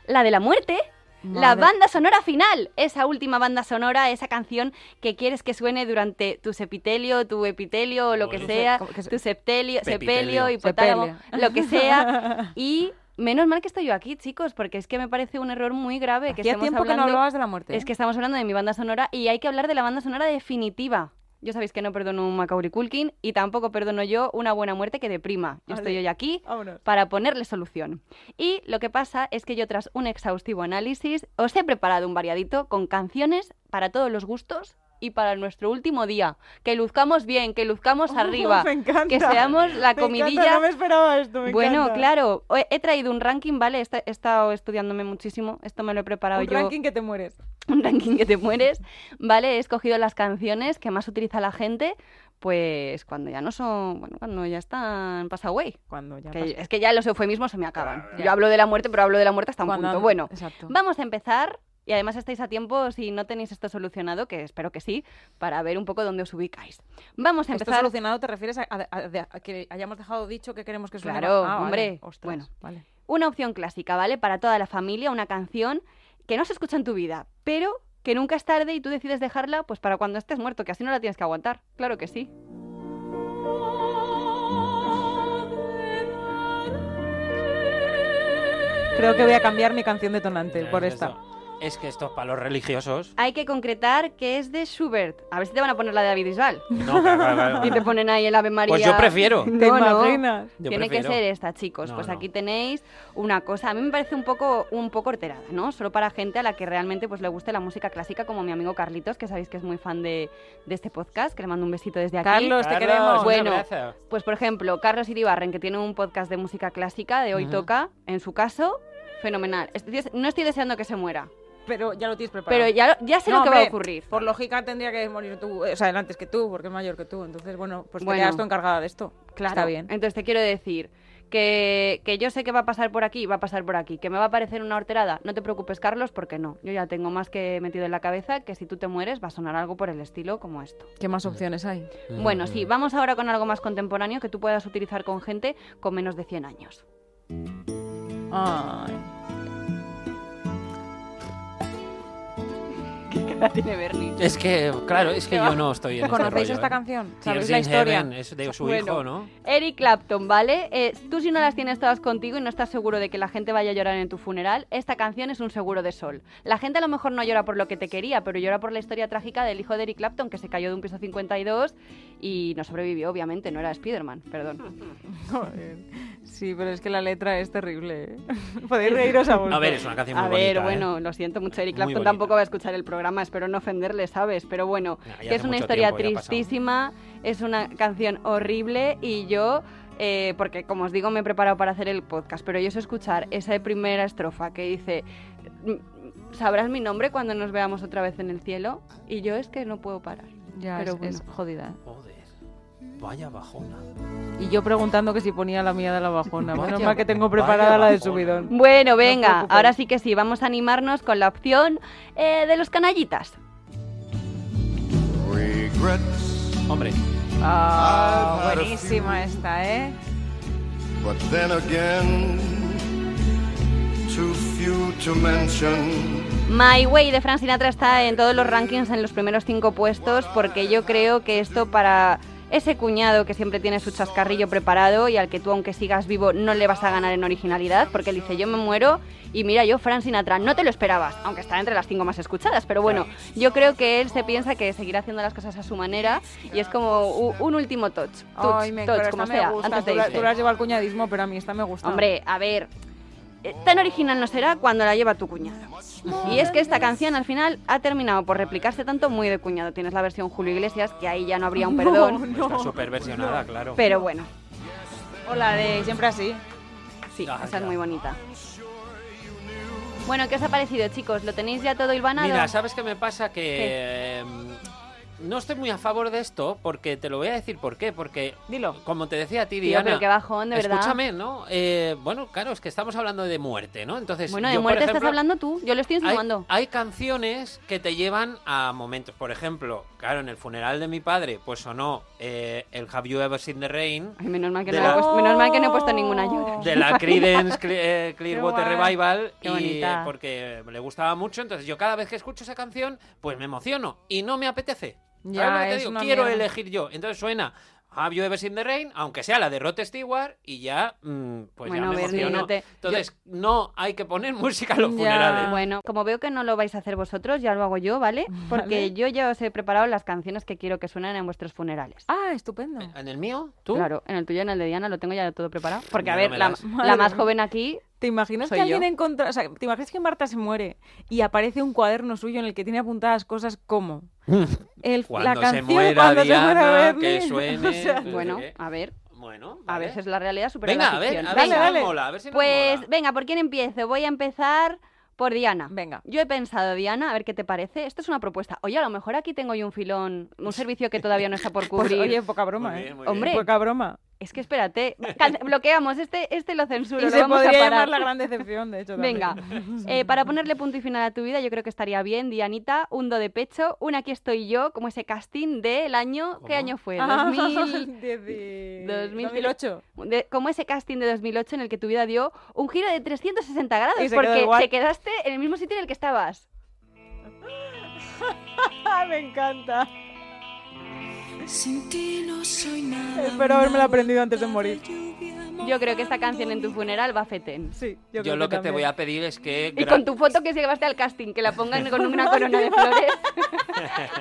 [SPEAKER 3] La de la muerte, la
[SPEAKER 1] Madre-
[SPEAKER 3] banda sonora final. Esa última banda sonora, esa canción que quieres que suene durante tu sepitelio, tu epitelio, o lo que
[SPEAKER 2] Uy.
[SPEAKER 3] sea,
[SPEAKER 1] ¿Cómo que se-
[SPEAKER 3] tu septelio,
[SPEAKER 2] Pepitelio.
[SPEAKER 3] sepelio, hipotálamo, lo que sea. Y menos mal que estoy yo aquí, chicos, porque es que me parece un error muy grave que
[SPEAKER 1] Hacía
[SPEAKER 3] estemos
[SPEAKER 1] tiempo que no
[SPEAKER 3] hablando...
[SPEAKER 1] hablabas de la muerte.
[SPEAKER 3] Es que estamos hablando de mi banda sonora y hay que hablar de la banda sonora definitiva. Yo sabéis que no perdono un Macaulay Culkin y tampoco perdono yo una buena muerte que deprima. Yo
[SPEAKER 1] Vale.
[SPEAKER 3] estoy hoy aquí
[SPEAKER 1] Vámonos.
[SPEAKER 3] para ponerle solución. Y lo que pasa es que yo tras un exhaustivo análisis os he preparado un variadito con canciones para todos los gustos y para nuestro último día. Que luzcamos bien, que luzcamos arriba,
[SPEAKER 1] Oh, me encanta.
[SPEAKER 3] que seamos la
[SPEAKER 1] Me encanta,
[SPEAKER 3] comidilla
[SPEAKER 1] no me esperaba esto, me
[SPEAKER 3] bueno,
[SPEAKER 1] encanta.
[SPEAKER 3] claro, he- he traído un ranking, ¿vale? Esta- He estado estudiándome muchísimo, esto me lo he preparado
[SPEAKER 1] Un
[SPEAKER 3] yo.
[SPEAKER 1] ranking que te mueres.
[SPEAKER 3] Un ranking que te mueres, ¿vale? He escogido las canciones que más utiliza la gente, pues cuando ya no son, bueno, cuando ya están pasado away.
[SPEAKER 1] Cuando ya
[SPEAKER 3] Que-
[SPEAKER 1] pasa.
[SPEAKER 3] es que ya los eufemismos se me acaban.
[SPEAKER 1] ya.
[SPEAKER 3] Yo hablo de la muerte, pero hablo de la muerte hasta un
[SPEAKER 1] Cuando-
[SPEAKER 3] punto. Bueno,
[SPEAKER 1] exacto.
[SPEAKER 3] vamos a empezar. Y además estáis a tiempo, si no tenéis esto solucionado, que espero que sí, para ver un poco dónde os ubicáis. Vamos a
[SPEAKER 1] Esto
[SPEAKER 3] empezar.
[SPEAKER 1] solucionado te refieres a, a- a- a que hayamos dejado dicho que queremos que suene.
[SPEAKER 3] Claro,
[SPEAKER 1] más? vale.
[SPEAKER 3] hombre,
[SPEAKER 1] Ostras,
[SPEAKER 3] bueno.
[SPEAKER 1] vale.
[SPEAKER 3] una opción clásica, ¿vale? Para toda la familia, una canción que no se escucha en tu vida, pero que nunca es tarde y tú decides dejarla pues para cuando estés muerto, que así no la tienes que aguantar. Claro que sí.
[SPEAKER 1] Creo que voy a cambiar mi canción detonante por
[SPEAKER 2] Es
[SPEAKER 1] esta.
[SPEAKER 2] eso. Es que esto es para los religiosos.
[SPEAKER 3] Hay que concretar que es de Schubert. A ver si te van a poner la de David Bisbal.
[SPEAKER 2] No, claro, claro, claro.
[SPEAKER 3] Y te ponen ahí el Ave María.
[SPEAKER 2] Pues yo prefiero.
[SPEAKER 3] No,
[SPEAKER 1] ¿Te
[SPEAKER 3] no.
[SPEAKER 1] imaginas?
[SPEAKER 2] Yo
[SPEAKER 3] Tiene
[SPEAKER 2] prefiero.
[SPEAKER 3] que ser esta, chicos.
[SPEAKER 2] No,
[SPEAKER 3] pues
[SPEAKER 2] no.
[SPEAKER 3] aquí tenéis una cosa. A mí me parece un poco, un poco horterada, ¿no? Solo para gente a la que realmente pues, le guste la música clásica, como mi amigo Carlitos, que sabéis que es muy fan de, de este podcast, que le mando un besito desde aquí.
[SPEAKER 1] Carlos, te queremos.
[SPEAKER 2] un
[SPEAKER 3] Bueno.
[SPEAKER 2] abrazo.
[SPEAKER 3] Pues, por ejemplo, Carlos Iribarren, que tiene un podcast de música clásica, de Hoy
[SPEAKER 2] Ujú.
[SPEAKER 3] Toca, en su caso, fenomenal. Estoy- no estoy deseando que se muera,
[SPEAKER 1] Pero ya lo tienes preparado.
[SPEAKER 3] pero ya, ya sé
[SPEAKER 1] No,
[SPEAKER 3] lo que va a
[SPEAKER 1] hombre,
[SPEAKER 3] ocurrir.
[SPEAKER 1] Por lógica tendría que morir tú, eh, o sea, él antes que tú, porque es mayor que tú. Entonces, bueno, pues te
[SPEAKER 3] Bueno.
[SPEAKER 1] quedas tú encargada de esto.
[SPEAKER 3] Claro.
[SPEAKER 1] Está bien.
[SPEAKER 3] Entonces te quiero decir que, que yo sé que va a pasar por aquí, va a pasar por aquí, que me va a parecer una horterada. No te preocupes, Carlos, porque no. Yo ya tengo más que metido en la cabeza que si tú te mueres va a sonar algo por el estilo como esto.
[SPEAKER 1] ¿Qué más opciones hay?
[SPEAKER 3] Bueno, sí, vamos ahora con algo más contemporáneo que tú puedas utilizar con gente con menos de 100 años.
[SPEAKER 1] Ay.
[SPEAKER 3] La tiene Bernie.
[SPEAKER 2] Es que, claro, es que
[SPEAKER 1] va.
[SPEAKER 2] yo no estoy en este
[SPEAKER 1] ¿Conocéis
[SPEAKER 2] rollo,
[SPEAKER 1] esta
[SPEAKER 2] ¿eh?
[SPEAKER 1] canción?
[SPEAKER 2] Tears
[SPEAKER 1] ¿Sabéis la
[SPEAKER 2] in
[SPEAKER 1] historia?
[SPEAKER 2] Heaven es de su
[SPEAKER 3] Bueno.
[SPEAKER 2] hijo, ¿no?
[SPEAKER 3] Eric Clapton, ¿vale? Eh, tú si no las tienes todas contigo y no estás seguro de que la gente vaya a llorar en tu funeral, esta canción es un seguro de sol. La gente a lo mejor no llora por lo que te quería, pero llora por la historia trágica del hijo de Eric Clapton que se cayó de un piso 52 y no sobrevivió, obviamente, no era Spider-Man, perdón.
[SPEAKER 2] eh.
[SPEAKER 1] Sí, pero es que la letra es terrible. ¿eh? Podéis reíros a vosotros.
[SPEAKER 2] A ver, es una canción muy
[SPEAKER 3] A ver,
[SPEAKER 2] bonita, ¿eh?
[SPEAKER 3] bueno, lo siento mucho, Eric
[SPEAKER 2] Muy
[SPEAKER 3] Clapton
[SPEAKER 2] bonita.
[SPEAKER 3] tampoco va a escuchar el programa, espero no ofenderle, ¿sabes? Pero bueno,
[SPEAKER 2] Nah, ya
[SPEAKER 3] que es
[SPEAKER 2] hace
[SPEAKER 3] una
[SPEAKER 2] mucho
[SPEAKER 3] historia
[SPEAKER 2] tiempo que ha pasado.
[SPEAKER 3] tristísima, es una canción horrible y yo, eh, porque como os digo, me he preparado para hacer el podcast, pero yo sé escuchar esa primera estrofa que dice, "Mm, ¿sabrás mi nombre cuando nos veamos otra vez en el cielo? Y yo es que no puedo parar.
[SPEAKER 1] Ya,
[SPEAKER 3] Pero
[SPEAKER 1] es, es
[SPEAKER 3] bueno.
[SPEAKER 1] jodida.
[SPEAKER 2] Joder, vaya bajona.
[SPEAKER 1] Y yo preguntando que si ponía la mía de la bajona. Menos
[SPEAKER 2] Vaya-
[SPEAKER 1] mal que tengo
[SPEAKER 2] vaya
[SPEAKER 1] preparada la de
[SPEAKER 2] bajona.
[SPEAKER 1] subidón.
[SPEAKER 3] Bueno,
[SPEAKER 1] os
[SPEAKER 3] venga,
[SPEAKER 1] preocupéis.
[SPEAKER 3] ahora sí que sí, vamos a animarnos con la opción eh, de los canallitas.
[SPEAKER 6] Regrets,
[SPEAKER 2] Hombre,
[SPEAKER 1] Ah,
[SPEAKER 6] I've had a
[SPEAKER 1] buenísima esta, ¿eh?
[SPEAKER 6] but then again, too few to mention.
[SPEAKER 3] My Way de Frank Sinatra está en todos los rankings en los primeros cinco puestos porque yo creo que esto para ese cuñado que siempre tiene su chascarrillo preparado y al que tú aunque sigas vivo no le vas a ganar en originalidad porque él dice yo me muero y mira yo Frank Sinatra no te lo esperabas aunque está entre las cinco más escuchadas pero bueno yo creo que él se piensa que seguirá haciendo las cosas a su manera y es como u- un último touch, touch,
[SPEAKER 1] Ay, me
[SPEAKER 3] touch
[SPEAKER 1] pero
[SPEAKER 3] como
[SPEAKER 1] esta
[SPEAKER 3] sea
[SPEAKER 1] me gusta.
[SPEAKER 3] antes de
[SPEAKER 1] tú, la,
[SPEAKER 3] irse.
[SPEAKER 1] tú la has llevado al cuñadismo, pero a mí esta me gusta.
[SPEAKER 3] Ah. Hombre, a ver, eh, tan original no será cuando la lleva tu cuñado. Y es que esta canción al final ha terminado por replicarse tanto muy de cuñado. Tienes la versión Julio Iglesias, que ahí ya no habría un perdón.
[SPEAKER 2] está súper versionada, claro.
[SPEAKER 3] Pero bueno,
[SPEAKER 1] Hola, de siempre así.
[SPEAKER 3] sí,
[SPEAKER 2] Ah,
[SPEAKER 3] esa es
[SPEAKER 2] ya.
[SPEAKER 3] muy bonita. Bueno, ¿qué os ha parecido, chicos? ¿Lo tenéis ya todo hilvanado?
[SPEAKER 2] Mira, ¿sabes qué me pasa? Que eh, no estoy muy a favor de esto, porque te lo voy a decir por qué. Porque,
[SPEAKER 1] Dilo.
[SPEAKER 2] como te decía a ti,
[SPEAKER 3] Tío,
[SPEAKER 2] Diana...
[SPEAKER 3] pero qué bajón, de verdad.
[SPEAKER 2] Escúchame, ¿no? Eh, bueno, claro, es que estamos hablando de muerte, ¿no? Entonces,
[SPEAKER 3] Bueno, de
[SPEAKER 2] yo, por
[SPEAKER 3] muerte estás
[SPEAKER 2] ejemplo,
[SPEAKER 3] hablando tú. Yo lo estoy
[SPEAKER 2] hay,
[SPEAKER 3] insinuando.
[SPEAKER 2] hay canciones que te llevan a momentos. Por ejemplo, claro, en el funeral de mi padre, pues sonó eh, el Have You Ever Seen the Rain
[SPEAKER 3] Ay, menos, mal que
[SPEAKER 2] de
[SPEAKER 3] no he
[SPEAKER 2] la-
[SPEAKER 3] puesto- menos mal que no he puesto ninguna yo.
[SPEAKER 1] Oh.
[SPEAKER 2] de la Creedence Cle- eh, Clearwater
[SPEAKER 1] Qué guay.
[SPEAKER 2] Revival
[SPEAKER 3] Qué
[SPEAKER 2] y, eh,
[SPEAKER 3] bonita.
[SPEAKER 2] porque le gustaba mucho. Entonces, yo cada vez que escucho esa canción, pues me emociono y no me apetece. ¿Sabes
[SPEAKER 1] Ya,
[SPEAKER 2] lo que te
[SPEAKER 1] es
[SPEAKER 2] digo?
[SPEAKER 1] una
[SPEAKER 2] Quiero
[SPEAKER 1] mierda.
[SPEAKER 2] elegir yo. Entonces suena Have You Ever Seen the Rain, aunque sea la de Rod Stewart, y ya, mm, pues
[SPEAKER 3] Bueno,
[SPEAKER 2] ya me
[SPEAKER 3] Bernie,
[SPEAKER 2] emociono.
[SPEAKER 3] no te-
[SPEAKER 2] Entonces, no hay que poner música a los
[SPEAKER 1] Ya.
[SPEAKER 2] funerales.
[SPEAKER 3] Bueno, como veo que no lo vais a hacer vosotros, ya lo hago yo, ¿vale? Porque
[SPEAKER 1] Vale.
[SPEAKER 3] yo ya os he preparado las canciones que quiero que suenen en vuestros funerales.
[SPEAKER 1] Ah, estupendo.
[SPEAKER 2] ¿En el mío? ¿Tú?
[SPEAKER 3] Claro, en el tuyo y en el de Diana lo tengo ya todo preparado. Porque, a
[SPEAKER 2] Ya
[SPEAKER 3] ver,
[SPEAKER 2] no me
[SPEAKER 3] la,
[SPEAKER 2] das.
[SPEAKER 3] la
[SPEAKER 1] Madre
[SPEAKER 3] más
[SPEAKER 1] mía.
[SPEAKER 3] joven aquí,
[SPEAKER 1] ¿Te imaginas
[SPEAKER 3] Soy
[SPEAKER 1] que alguien
[SPEAKER 3] yo.
[SPEAKER 1] encontró, o sea, te imaginas que Marta se muere y aparece un cuaderno suyo en el que tiene apuntadas cosas como el,
[SPEAKER 2] Cuando
[SPEAKER 1] la
[SPEAKER 2] se
[SPEAKER 1] canción
[SPEAKER 2] muera
[SPEAKER 1] cuando
[SPEAKER 2] Diana,
[SPEAKER 1] se muera Bernie.
[SPEAKER 2] que suene.
[SPEAKER 1] O sea,
[SPEAKER 2] Pues,
[SPEAKER 3] bueno,
[SPEAKER 2] ¿qué?
[SPEAKER 3] a ver,
[SPEAKER 2] Bueno,
[SPEAKER 3] a
[SPEAKER 2] vale.
[SPEAKER 3] veces la realidad supera
[SPEAKER 2] Venga,
[SPEAKER 3] la
[SPEAKER 2] a ver,
[SPEAKER 3] ficción.
[SPEAKER 2] a ver
[SPEAKER 1] Dale,
[SPEAKER 2] si nos
[SPEAKER 1] dale.
[SPEAKER 2] mola, a ver si nos
[SPEAKER 3] Pues,
[SPEAKER 2] mola.
[SPEAKER 3] venga, ¿por quién empiezo? Voy a empezar por Diana.
[SPEAKER 1] venga.
[SPEAKER 3] Yo he pensado, Diana, a ver qué te parece. Esto es una propuesta. Oye, a lo mejor aquí tengo yo un filón, un servicio que todavía no está por
[SPEAKER 1] Pues,
[SPEAKER 3] cubrir.
[SPEAKER 1] oye, poca broma,
[SPEAKER 2] Muy bien,
[SPEAKER 1] ¿eh?
[SPEAKER 2] muy bien.
[SPEAKER 3] Hombre,
[SPEAKER 1] Poca broma.
[SPEAKER 3] Es que espérate, can- bloqueamos, este, este lo censuro.
[SPEAKER 1] Y
[SPEAKER 3] lo
[SPEAKER 1] se
[SPEAKER 3] vamos a
[SPEAKER 1] podría
[SPEAKER 3] parar.
[SPEAKER 1] llamar la gran decepción, de hecho. también.
[SPEAKER 3] Venga, eh, para ponerle punto y final a tu vida, yo creo que estaría bien, Dianita, un do de pecho, un aquí estoy yo, como ese casting del año, ¿qué
[SPEAKER 2] ¿Cómo?
[SPEAKER 3] año fue?
[SPEAKER 1] Ah,
[SPEAKER 3] 2000,
[SPEAKER 1] 10
[SPEAKER 3] 2000.
[SPEAKER 1] 2008.
[SPEAKER 3] de- como ese casting de 2008 en el que tu vida dio un giro de 360 grados,
[SPEAKER 1] Y se quedó
[SPEAKER 3] porque
[SPEAKER 1] igual.
[SPEAKER 3] te quedaste en el mismo sitio en el que estabas.
[SPEAKER 1] Ah, me encanta.
[SPEAKER 5] Sin ti no soy nada.
[SPEAKER 1] Espero haberme la
[SPEAKER 5] una
[SPEAKER 1] aprendido antes de
[SPEAKER 5] gota
[SPEAKER 1] morir.
[SPEAKER 5] lluvia
[SPEAKER 3] Yo creo que esta canción en tu funeral va fetén.
[SPEAKER 1] Sí,
[SPEAKER 2] Yo,
[SPEAKER 1] yo, creo
[SPEAKER 2] lo que, te
[SPEAKER 1] también.
[SPEAKER 2] voy a pedir es que...
[SPEAKER 3] Y
[SPEAKER 2] gra-
[SPEAKER 3] con tu foto que llevaste al casting, que la pongan con una corona de flores.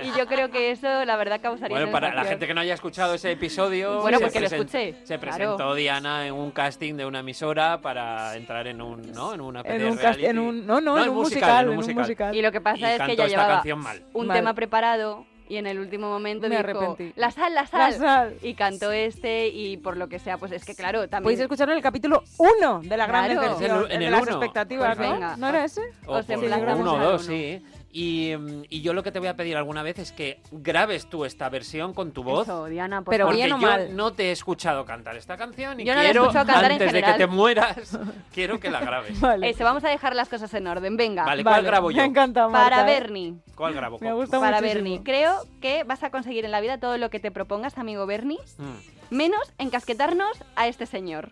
[SPEAKER 3] y yo creo que eso, la verdad, causaría
[SPEAKER 2] Bueno, para la
[SPEAKER 3] sensación.
[SPEAKER 2] gente que no haya escuchado ese episodio...
[SPEAKER 3] Bueno,
[SPEAKER 2] se
[SPEAKER 3] pues que lo
[SPEAKER 2] presen-
[SPEAKER 3] escuche,
[SPEAKER 2] Se
[SPEAKER 3] claro.
[SPEAKER 2] presentó Diana en un casting de una emisora para entrar en un... ¿no? En una
[SPEAKER 1] En un, cast- en un no, no, en un musical, en un musical.
[SPEAKER 3] Y lo que pasa
[SPEAKER 2] Y
[SPEAKER 3] es que
[SPEAKER 2] cantó
[SPEAKER 3] ella
[SPEAKER 2] esta
[SPEAKER 3] llevaba
[SPEAKER 2] canción mal.
[SPEAKER 3] un
[SPEAKER 1] Mal.
[SPEAKER 3] tema preparado y en el último momento
[SPEAKER 1] Me
[SPEAKER 3] dijo,
[SPEAKER 1] arrepentí.
[SPEAKER 3] la sal, la sal.
[SPEAKER 1] La sal.
[SPEAKER 3] Y cantó este y por lo que sea, pues es que claro, también...
[SPEAKER 1] Podéis escucharlo en el capítulo 1 de la gran
[SPEAKER 3] Claro.
[SPEAKER 1] decepción,
[SPEAKER 2] En el- en
[SPEAKER 1] de
[SPEAKER 2] el
[SPEAKER 1] las
[SPEAKER 2] uno.
[SPEAKER 1] expectativas,
[SPEAKER 3] Pues
[SPEAKER 1] ¿no?
[SPEAKER 3] venga.
[SPEAKER 1] ¿No era ese?
[SPEAKER 2] O
[SPEAKER 3] Os
[SPEAKER 2] por
[SPEAKER 3] emplazamos
[SPEAKER 2] uno o
[SPEAKER 3] a
[SPEAKER 2] dos,
[SPEAKER 3] uno.
[SPEAKER 2] sí. Y, mm, y yo lo que te voy a pedir alguna vez es que grabes tú esta versión con tu voz.
[SPEAKER 3] Eso, Diana, por
[SPEAKER 1] Pero
[SPEAKER 3] favor.
[SPEAKER 2] porque
[SPEAKER 1] bien o
[SPEAKER 2] yo
[SPEAKER 1] mal.
[SPEAKER 2] no te he escuchado cantar esta canción y
[SPEAKER 3] Yo no la he
[SPEAKER 2] quiero,
[SPEAKER 3] escuchado cantar en
[SPEAKER 2] antes de que
[SPEAKER 3] general.
[SPEAKER 2] te mueras, quiero que la grabes.
[SPEAKER 1] Vale.
[SPEAKER 3] Eso, vamos a dejar las cosas en orden, venga.
[SPEAKER 2] Vale, ¿cuál grabo yo?
[SPEAKER 1] Me encanta Marta,
[SPEAKER 3] Para
[SPEAKER 1] ¿eh?
[SPEAKER 3] Bernie.
[SPEAKER 2] ¿Cuál grabo?
[SPEAKER 1] Me gusta
[SPEAKER 3] para
[SPEAKER 1] muchísimo.
[SPEAKER 3] Bernie. Creo que vas a conseguir en la vida todo lo que te propongas, amigo Bernie,
[SPEAKER 2] Mm.
[SPEAKER 3] menos encasquetarnos a este señor.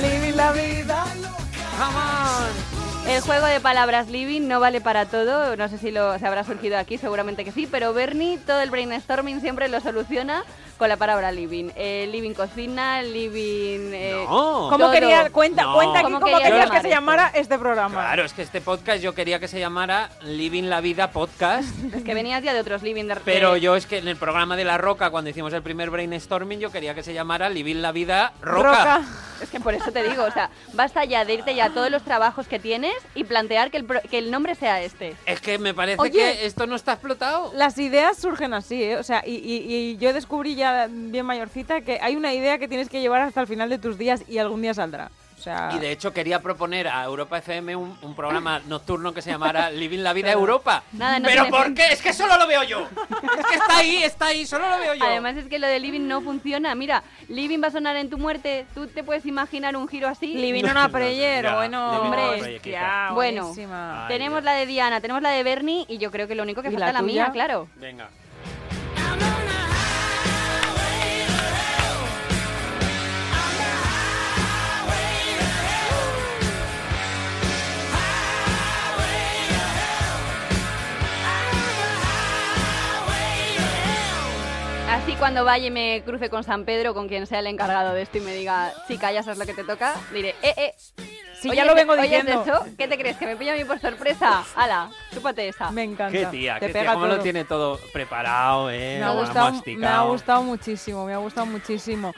[SPEAKER 1] Living la vida.
[SPEAKER 3] El juego de palabras living no vale para todo, no sé si lo se habrá surgido aquí, seguramente que sí, pero Bernie todo el brainstorming siempre lo soluciona con la palabra living. Eh, living cocina, living... eh,
[SPEAKER 2] No.
[SPEAKER 1] ¿Cómo
[SPEAKER 3] Todo.
[SPEAKER 1] quería, cuenta,
[SPEAKER 2] No.
[SPEAKER 1] cuenta aquí
[SPEAKER 3] ¿Cómo
[SPEAKER 1] cómo,
[SPEAKER 3] quería
[SPEAKER 1] querías
[SPEAKER 3] llamar
[SPEAKER 1] que se
[SPEAKER 3] esto?
[SPEAKER 1] llamara este programa?
[SPEAKER 2] Claro, es que este podcast yo quería que se llamara Living la Vida Podcast,
[SPEAKER 3] Es que venías ya de otros living de
[SPEAKER 2] pero
[SPEAKER 3] de-
[SPEAKER 1] Eh,
[SPEAKER 2] yo es que en el programa de La Roca, cuando hicimos el primer brainstorming, yo quería que se llamara Living la Vida Roca.
[SPEAKER 3] Es que por eso te digo, o sea, basta ya de irte ya a todos los trabajos que tienes y plantear que el, pro- que el nombre sea este.
[SPEAKER 2] Es que me parece
[SPEAKER 1] Oye.
[SPEAKER 2] que esto no está explotado.
[SPEAKER 1] Las ideas surgen así, ¿eh? O sea, y, y- y yo descubrí ya bien mayorcita que hay una idea que tienes que llevar hasta el final de tus días y algún día saldrá. O sea,
[SPEAKER 2] Y de hecho quería proponer a Europa FM un, un programa nocturno que se llamara Living la Vida Europa.
[SPEAKER 3] Nada, no
[SPEAKER 2] ¿Pero
[SPEAKER 3] tiene
[SPEAKER 2] por
[SPEAKER 3] fin.
[SPEAKER 2] qué? Es que solo lo veo yo. Es que está ahí, está ahí, solo lo veo yo.
[SPEAKER 3] Además es que lo de living no funciona. Mira, living va a sonar en tu muerte. ¿Tú te puedes imaginar un giro así?
[SPEAKER 1] Living
[SPEAKER 2] No,
[SPEAKER 1] on a
[SPEAKER 2] no,
[SPEAKER 1] prayer,
[SPEAKER 2] ya,
[SPEAKER 1] bueno,
[SPEAKER 2] living
[SPEAKER 3] on a
[SPEAKER 1] hombre,
[SPEAKER 2] prayer,
[SPEAKER 1] hostia,
[SPEAKER 2] quizá.
[SPEAKER 3] Bueno.
[SPEAKER 1] buenísima.
[SPEAKER 2] Ay,
[SPEAKER 3] Tenemos
[SPEAKER 2] Dios.
[SPEAKER 3] la de Diana, tenemos la de Bernie y yo creo que lo único que
[SPEAKER 1] ¿Y
[SPEAKER 3] falta
[SPEAKER 1] la
[SPEAKER 3] es la
[SPEAKER 1] tuya?
[SPEAKER 3] mía, claro.
[SPEAKER 2] Venga.
[SPEAKER 3] Así cuando vaya y me cruce con San Pedro, con quien sea el encargado de esto y me diga, chica, ya sabes lo que te toca, diré, eh, eh.
[SPEAKER 1] Sí,
[SPEAKER 3] ¿oyes
[SPEAKER 1] ya lo
[SPEAKER 3] de-
[SPEAKER 1] vengo
[SPEAKER 3] oyes de
[SPEAKER 1] diciendo.
[SPEAKER 3] eso? ¿Qué te crees? ¿Que me pilla a mí por sorpresa? Ala, chúpate esa.
[SPEAKER 1] Me encanta.
[SPEAKER 2] Qué tía,
[SPEAKER 1] Te
[SPEAKER 2] qué
[SPEAKER 1] pega
[SPEAKER 2] tía, cómo
[SPEAKER 1] todo.
[SPEAKER 2] lo tiene todo preparado, eh.
[SPEAKER 1] Me ha, gustado, me ha gustado muchísimo, me ha gustado muchísimo.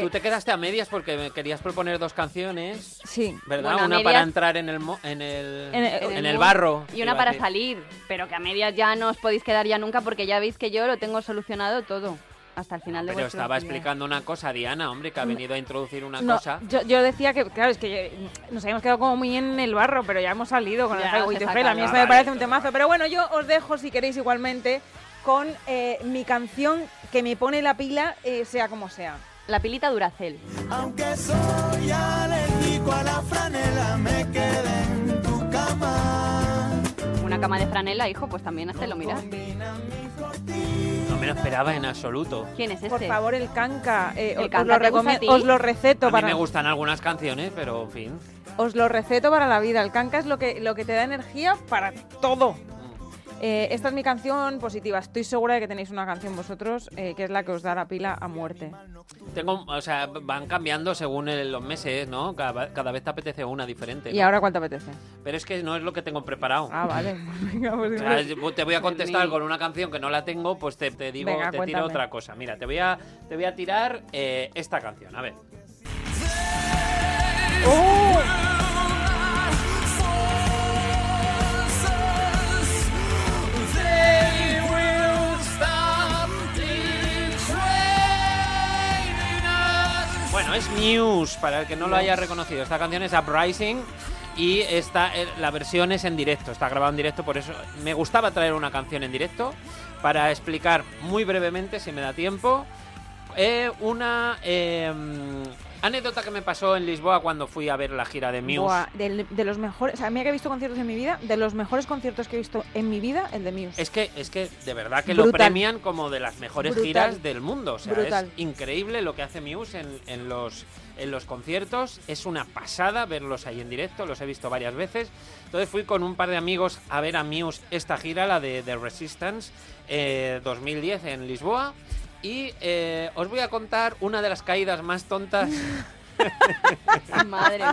[SPEAKER 1] Eh,
[SPEAKER 2] tú te quedaste a medias porque me querías proponer dos canciones,
[SPEAKER 1] Sí.
[SPEAKER 2] ¿verdad?
[SPEAKER 3] Bueno, a
[SPEAKER 2] una para
[SPEAKER 3] medias-
[SPEAKER 2] entrar en el, mo- en el,
[SPEAKER 1] En el-
[SPEAKER 2] en
[SPEAKER 1] en
[SPEAKER 2] el
[SPEAKER 3] mu-
[SPEAKER 2] barro.
[SPEAKER 3] Y una
[SPEAKER 2] iba a
[SPEAKER 3] para
[SPEAKER 2] decir.
[SPEAKER 3] salir, pero que a medias ya no os podéis quedar ya nunca porque ya veis que yo lo tengo solucionado todo. Hasta el final de
[SPEAKER 2] Ah, Pero
[SPEAKER 3] vuestro
[SPEAKER 2] estaba
[SPEAKER 3] día.
[SPEAKER 2] explicando una cosa, Diana, hombre, que ha venido a introducir una
[SPEAKER 1] No,
[SPEAKER 2] cosa.
[SPEAKER 1] Yo, yo decía que, claro, es que yo- nos habíamos quedado como muy en el barro, pero ya hemos salido con
[SPEAKER 3] Ya,
[SPEAKER 1] el Highway
[SPEAKER 3] se
[SPEAKER 1] to
[SPEAKER 3] saca,
[SPEAKER 1] Hell. A mí
[SPEAKER 3] ¿no?
[SPEAKER 1] esto me
[SPEAKER 2] Vale,
[SPEAKER 1] parece un
[SPEAKER 2] todo
[SPEAKER 1] temazo. Pero bueno, yo os dejo, si queréis, igualmente, con eh, mi canción que me pone la pila, eh, sea como sea.
[SPEAKER 3] La pilita Duracel.
[SPEAKER 4] Aunque soy alérgico a la franela, me quedé en tu cama.
[SPEAKER 3] Una cama de franela, hijo, pues también hazte lo mira.
[SPEAKER 4] Combina mis
[SPEAKER 2] No me lo esperaba en absoluto.
[SPEAKER 3] ¿Quién es este?
[SPEAKER 1] Por favor, el canca. eh,
[SPEAKER 3] ¿El
[SPEAKER 1] os,
[SPEAKER 3] canca
[SPEAKER 1] lo
[SPEAKER 3] te gusta a ti?
[SPEAKER 1] recomiendo, os lo receto
[SPEAKER 2] A mí
[SPEAKER 1] para
[SPEAKER 2] me gustan algunas canciones, pero en fin.
[SPEAKER 1] os lo receto para la vida. El canca es lo que, lo que te da energía para todo.
[SPEAKER 2] Mm.
[SPEAKER 1] Eh, esta es mi canción positiva. Estoy segura de que tenéis una canción vosotros eh, que es la que os da la pila a muerte.
[SPEAKER 2] Tengo, o sea, van cambiando según el- los meses, ¿no? Cada, cada vez te apetece una diferente.
[SPEAKER 1] ¿Y
[SPEAKER 2] ¿no?
[SPEAKER 1] ahora cuál te apetece?
[SPEAKER 2] Pero es que no es lo que tengo preparado.
[SPEAKER 1] Ah, vale. Venga, pues
[SPEAKER 2] O sea,
[SPEAKER 1] igual.
[SPEAKER 2] yo te voy a contestar
[SPEAKER 3] Fermín.
[SPEAKER 2] con una canción que no la tengo, pues te, te digo,
[SPEAKER 1] Venga,
[SPEAKER 2] te tiro
[SPEAKER 1] cuéntame.
[SPEAKER 2] otra cosa. Mira, te voy a, te voy a tirar eh, esta canción, a ver. Bueno, es Muse, para el que no lo haya reconocido. Esta canción es Uprising y esta, eh, la versión es en directo, está grabada en directo, por eso me gustaba traer una canción en directo para explicar muy brevemente, si me da tiempo, eh, una eh, anécdota que me pasó en Lisboa cuando fui a ver la gira de Muse.
[SPEAKER 1] Buah, del- de los mejores, o sea, mira que he visto conciertos en mi vida, de los mejores conciertos que he visto en mi vida, el de Muse.
[SPEAKER 2] Es que, es que de verdad que lo
[SPEAKER 1] Brutal.
[SPEAKER 2] premian como de las mejores
[SPEAKER 1] Brutal.
[SPEAKER 2] giras del mundo. O sea,
[SPEAKER 1] Brutal.
[SPEAKER 2] es increíble lo que hace Muse en, en los, en los conciertos. Es una pasada verlos ahí en directo, los he visto varias veces. Entonces fui con un par de amigos a ver a Muse esta gira, la de The Resistance, eh, 2010 en Lisboa. Y eh, os voy a contar una de las caídas más tontas
[SPEAKER 3] Madre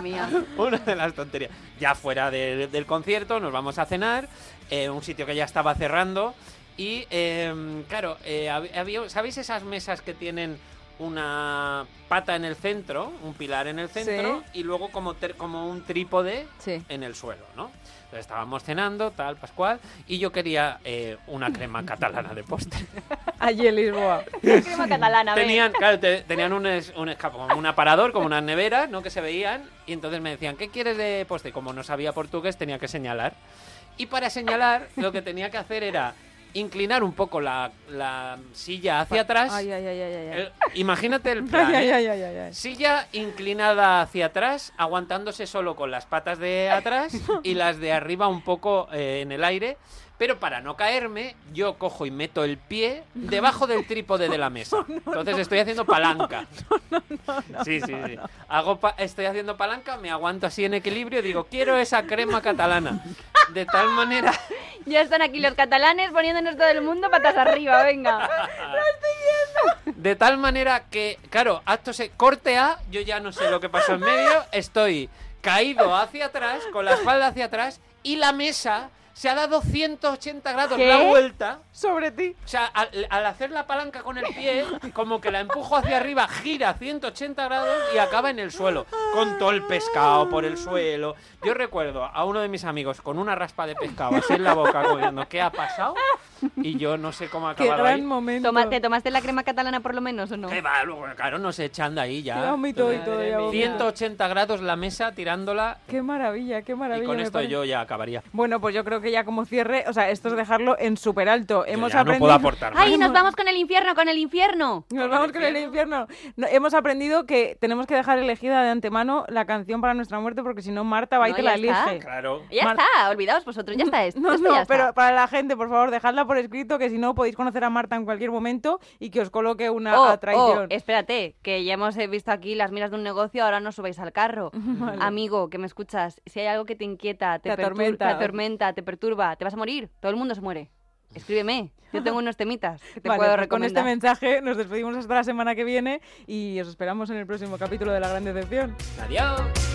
[SPEAKER 3] mía.
[SPEAKER 2] Una de las tonterías. Ya fuera de- del concierto, nos vamos a cenar, en un sitio que ya estaba cerrando. Y eh, claro, eh, hab- había- ¿sabéis esas mesas que tienen una pata en el centro, un pilar en el centro, y luego como, ter- como un trípode
[SPEAKER 3] Sí.
[SPEAKER 2] en el suelo, ¿no? Entonces estábamos cenando, tal, Pascual, y yo quería eh, una crema catalana de postre.
[SPEAKER 1] Allí en Lisboa.
[SPEAKER 3] Crema catalana, ve.
[SPEAKER 2] Tenían, claro, te- tenían un, es- un escape, como un aparador, como unas neveras, ¿no? Que se veían. Y entonces me decían, ¿qué quieres de postre? Como no sabía portugués, tenía que señalar. Y para señalar, lo que tenía que hacer era inclinar un poco la, la silla hacia atrás.
[SPEAKER 1] Ay, ay, ay, ay, ay, ay.
[SPEAKER 2] El- imagínate el plan.
[SPEAKER 1] Ay, ay,
[SPEAKER 2] ¿eh?
[SPEAKER 1] ay, ay, ay, ay.
[SPEAKER 2] Silla inclinada hacia atrás, aguantándose solo con las patas de atrás y las de arriba un poco eh, en el aire. Pero para no caerme, yo cojo y meto el pie debajo del trípode de la mesa. Entonces estoy haciendo palanca. sí, sí, sí. Hago pa- estoy haciendo palanca, me aguanto así en equilibrio y digo, quiero esa crema catalana. De tal manera...
[SPEAKER 3] Ya están aquí los catalanes poniéndonos todo el mundo patas arriba, venga.
[SPEAKER 2] De tal manera que, claro, acto se corte A, yo ya no sé lo que pasó en medio, estoy caído hacia atrás, con la espalda hacia atrás, y la mesa se ha dado 180 grados
[SPEAKER 3] ¿Qué?
[SPEAKER 2] la vuelta.
[SPEAKER 1] Sobre ti.
[SPEAKER 2] O sea, al, al hacer la palanca con el pie, como que la empujo hacia arriba, gira 180 grados y acaba en el suelo, con todo el pescado por el suelo. Yo recuerdo a uno de mis amigos con una raspa de pescado así en la boca, como diciendo, ¿qué ha pasado? Y yo no sé cómo ha
[SPEAKER 1] Qué
[SPEAKER 2] acabado ahí.
[SPEAKER 1] gran momento.
[SPEAKER 3] Toma- ¿Te tomaste la crema catalana por lo menos o no?
[SPEAKER 2] Que va, luego, claro, nos echan de ahí
[SPEAKER 1] Qué
[SPEAKER 2] ya.
[SPEAKER 1] vómito y todo.
[SPEAKER 3] Madre
[SPEAKER 1] ya
[SPEAKER 3] mía.
[SPEAKER 1] vómito.
[SPEAKER 2] 180 grados la mesa tirándola
[SPEAKER 1] Qué maravilla, qué maravilla.
[SPEAKER 2] y con
[SPEAKER 1] me
[SPEAKER 2] esto
[SPEAKER 1] parece.
[SPEAKER 2] yo ya acabaría.
[SPEAKER 1] Bueno, pues yo creo que ya como cierre, o sea, esto es dejarlo en súper alto.
[SPEAKER 2] Yo
[SPEAKER 1] Hemos
[SPEAKER 2] ya no
[SPEAKER 1] aprendido.
[SPEAKER 2] puedo aportar más.
[SPEAKER 3] ¡Ay, nos vamos con el infierno, con el infierno!
[SPEAKER 1] Nos vamos con el infierno. No, hemos aprendido que tenemos que dejar elegida de antemano la canción para nuestra muerte porque si no Marta va y
[SPEAKER 3] No,
[SPEAKER 1] te
[SPEAKER 3] ya
[SPEAKER 1] la
[SPEAKER 3] está.
[SPEAKER 1] elige.
[SPEAKER 2] Claro.
[SPEAKER 3] Ya
[SPEAKER 1] Mar-
[SPEAKER 3] está, olvidaos vosotros, ya está esto.
[SPEAKER 1] No,
[SPEAKER 3] esto
[SPEAKER 1] no,
[SPEAKER 3] ya está.
[SPEAKER 1] pero para la gente, por favor, dejadla por escrito que si no podéis conocer a Marta en cualquier momento y que os coloque una
[SPEAKER 3] Oh,
[SPEAKER 1] a traición.
[SPEAKER 3] oh, espérate, que ya hemos eh, visto aquí las miras de un negocio, ahora no subáis al carro. Amigo, que me escuchas, si hay algo que te inquieta, te,
[SPEAKER 1] Te
[SPEAKER 3] pertur-
[SPEAKER 1] atormenta.
[SPEAKER 3] te atormenta, te perturba, te vas a morir, todo el mundo se muere. Escríbeme, yo tengo unos temitas que te
[SPEAKER 1] Vale,
[SPEAKER 3] puedo
[SPEAKER 1] pues con este
[SPEAKER 3] recomendar.
[SPEAKER 1] mensaje nos despedimos hasta la semana que viene y os esperamos en el próximo capítulo de La Gran Decepción.
[SPEAKER 2] Adiós.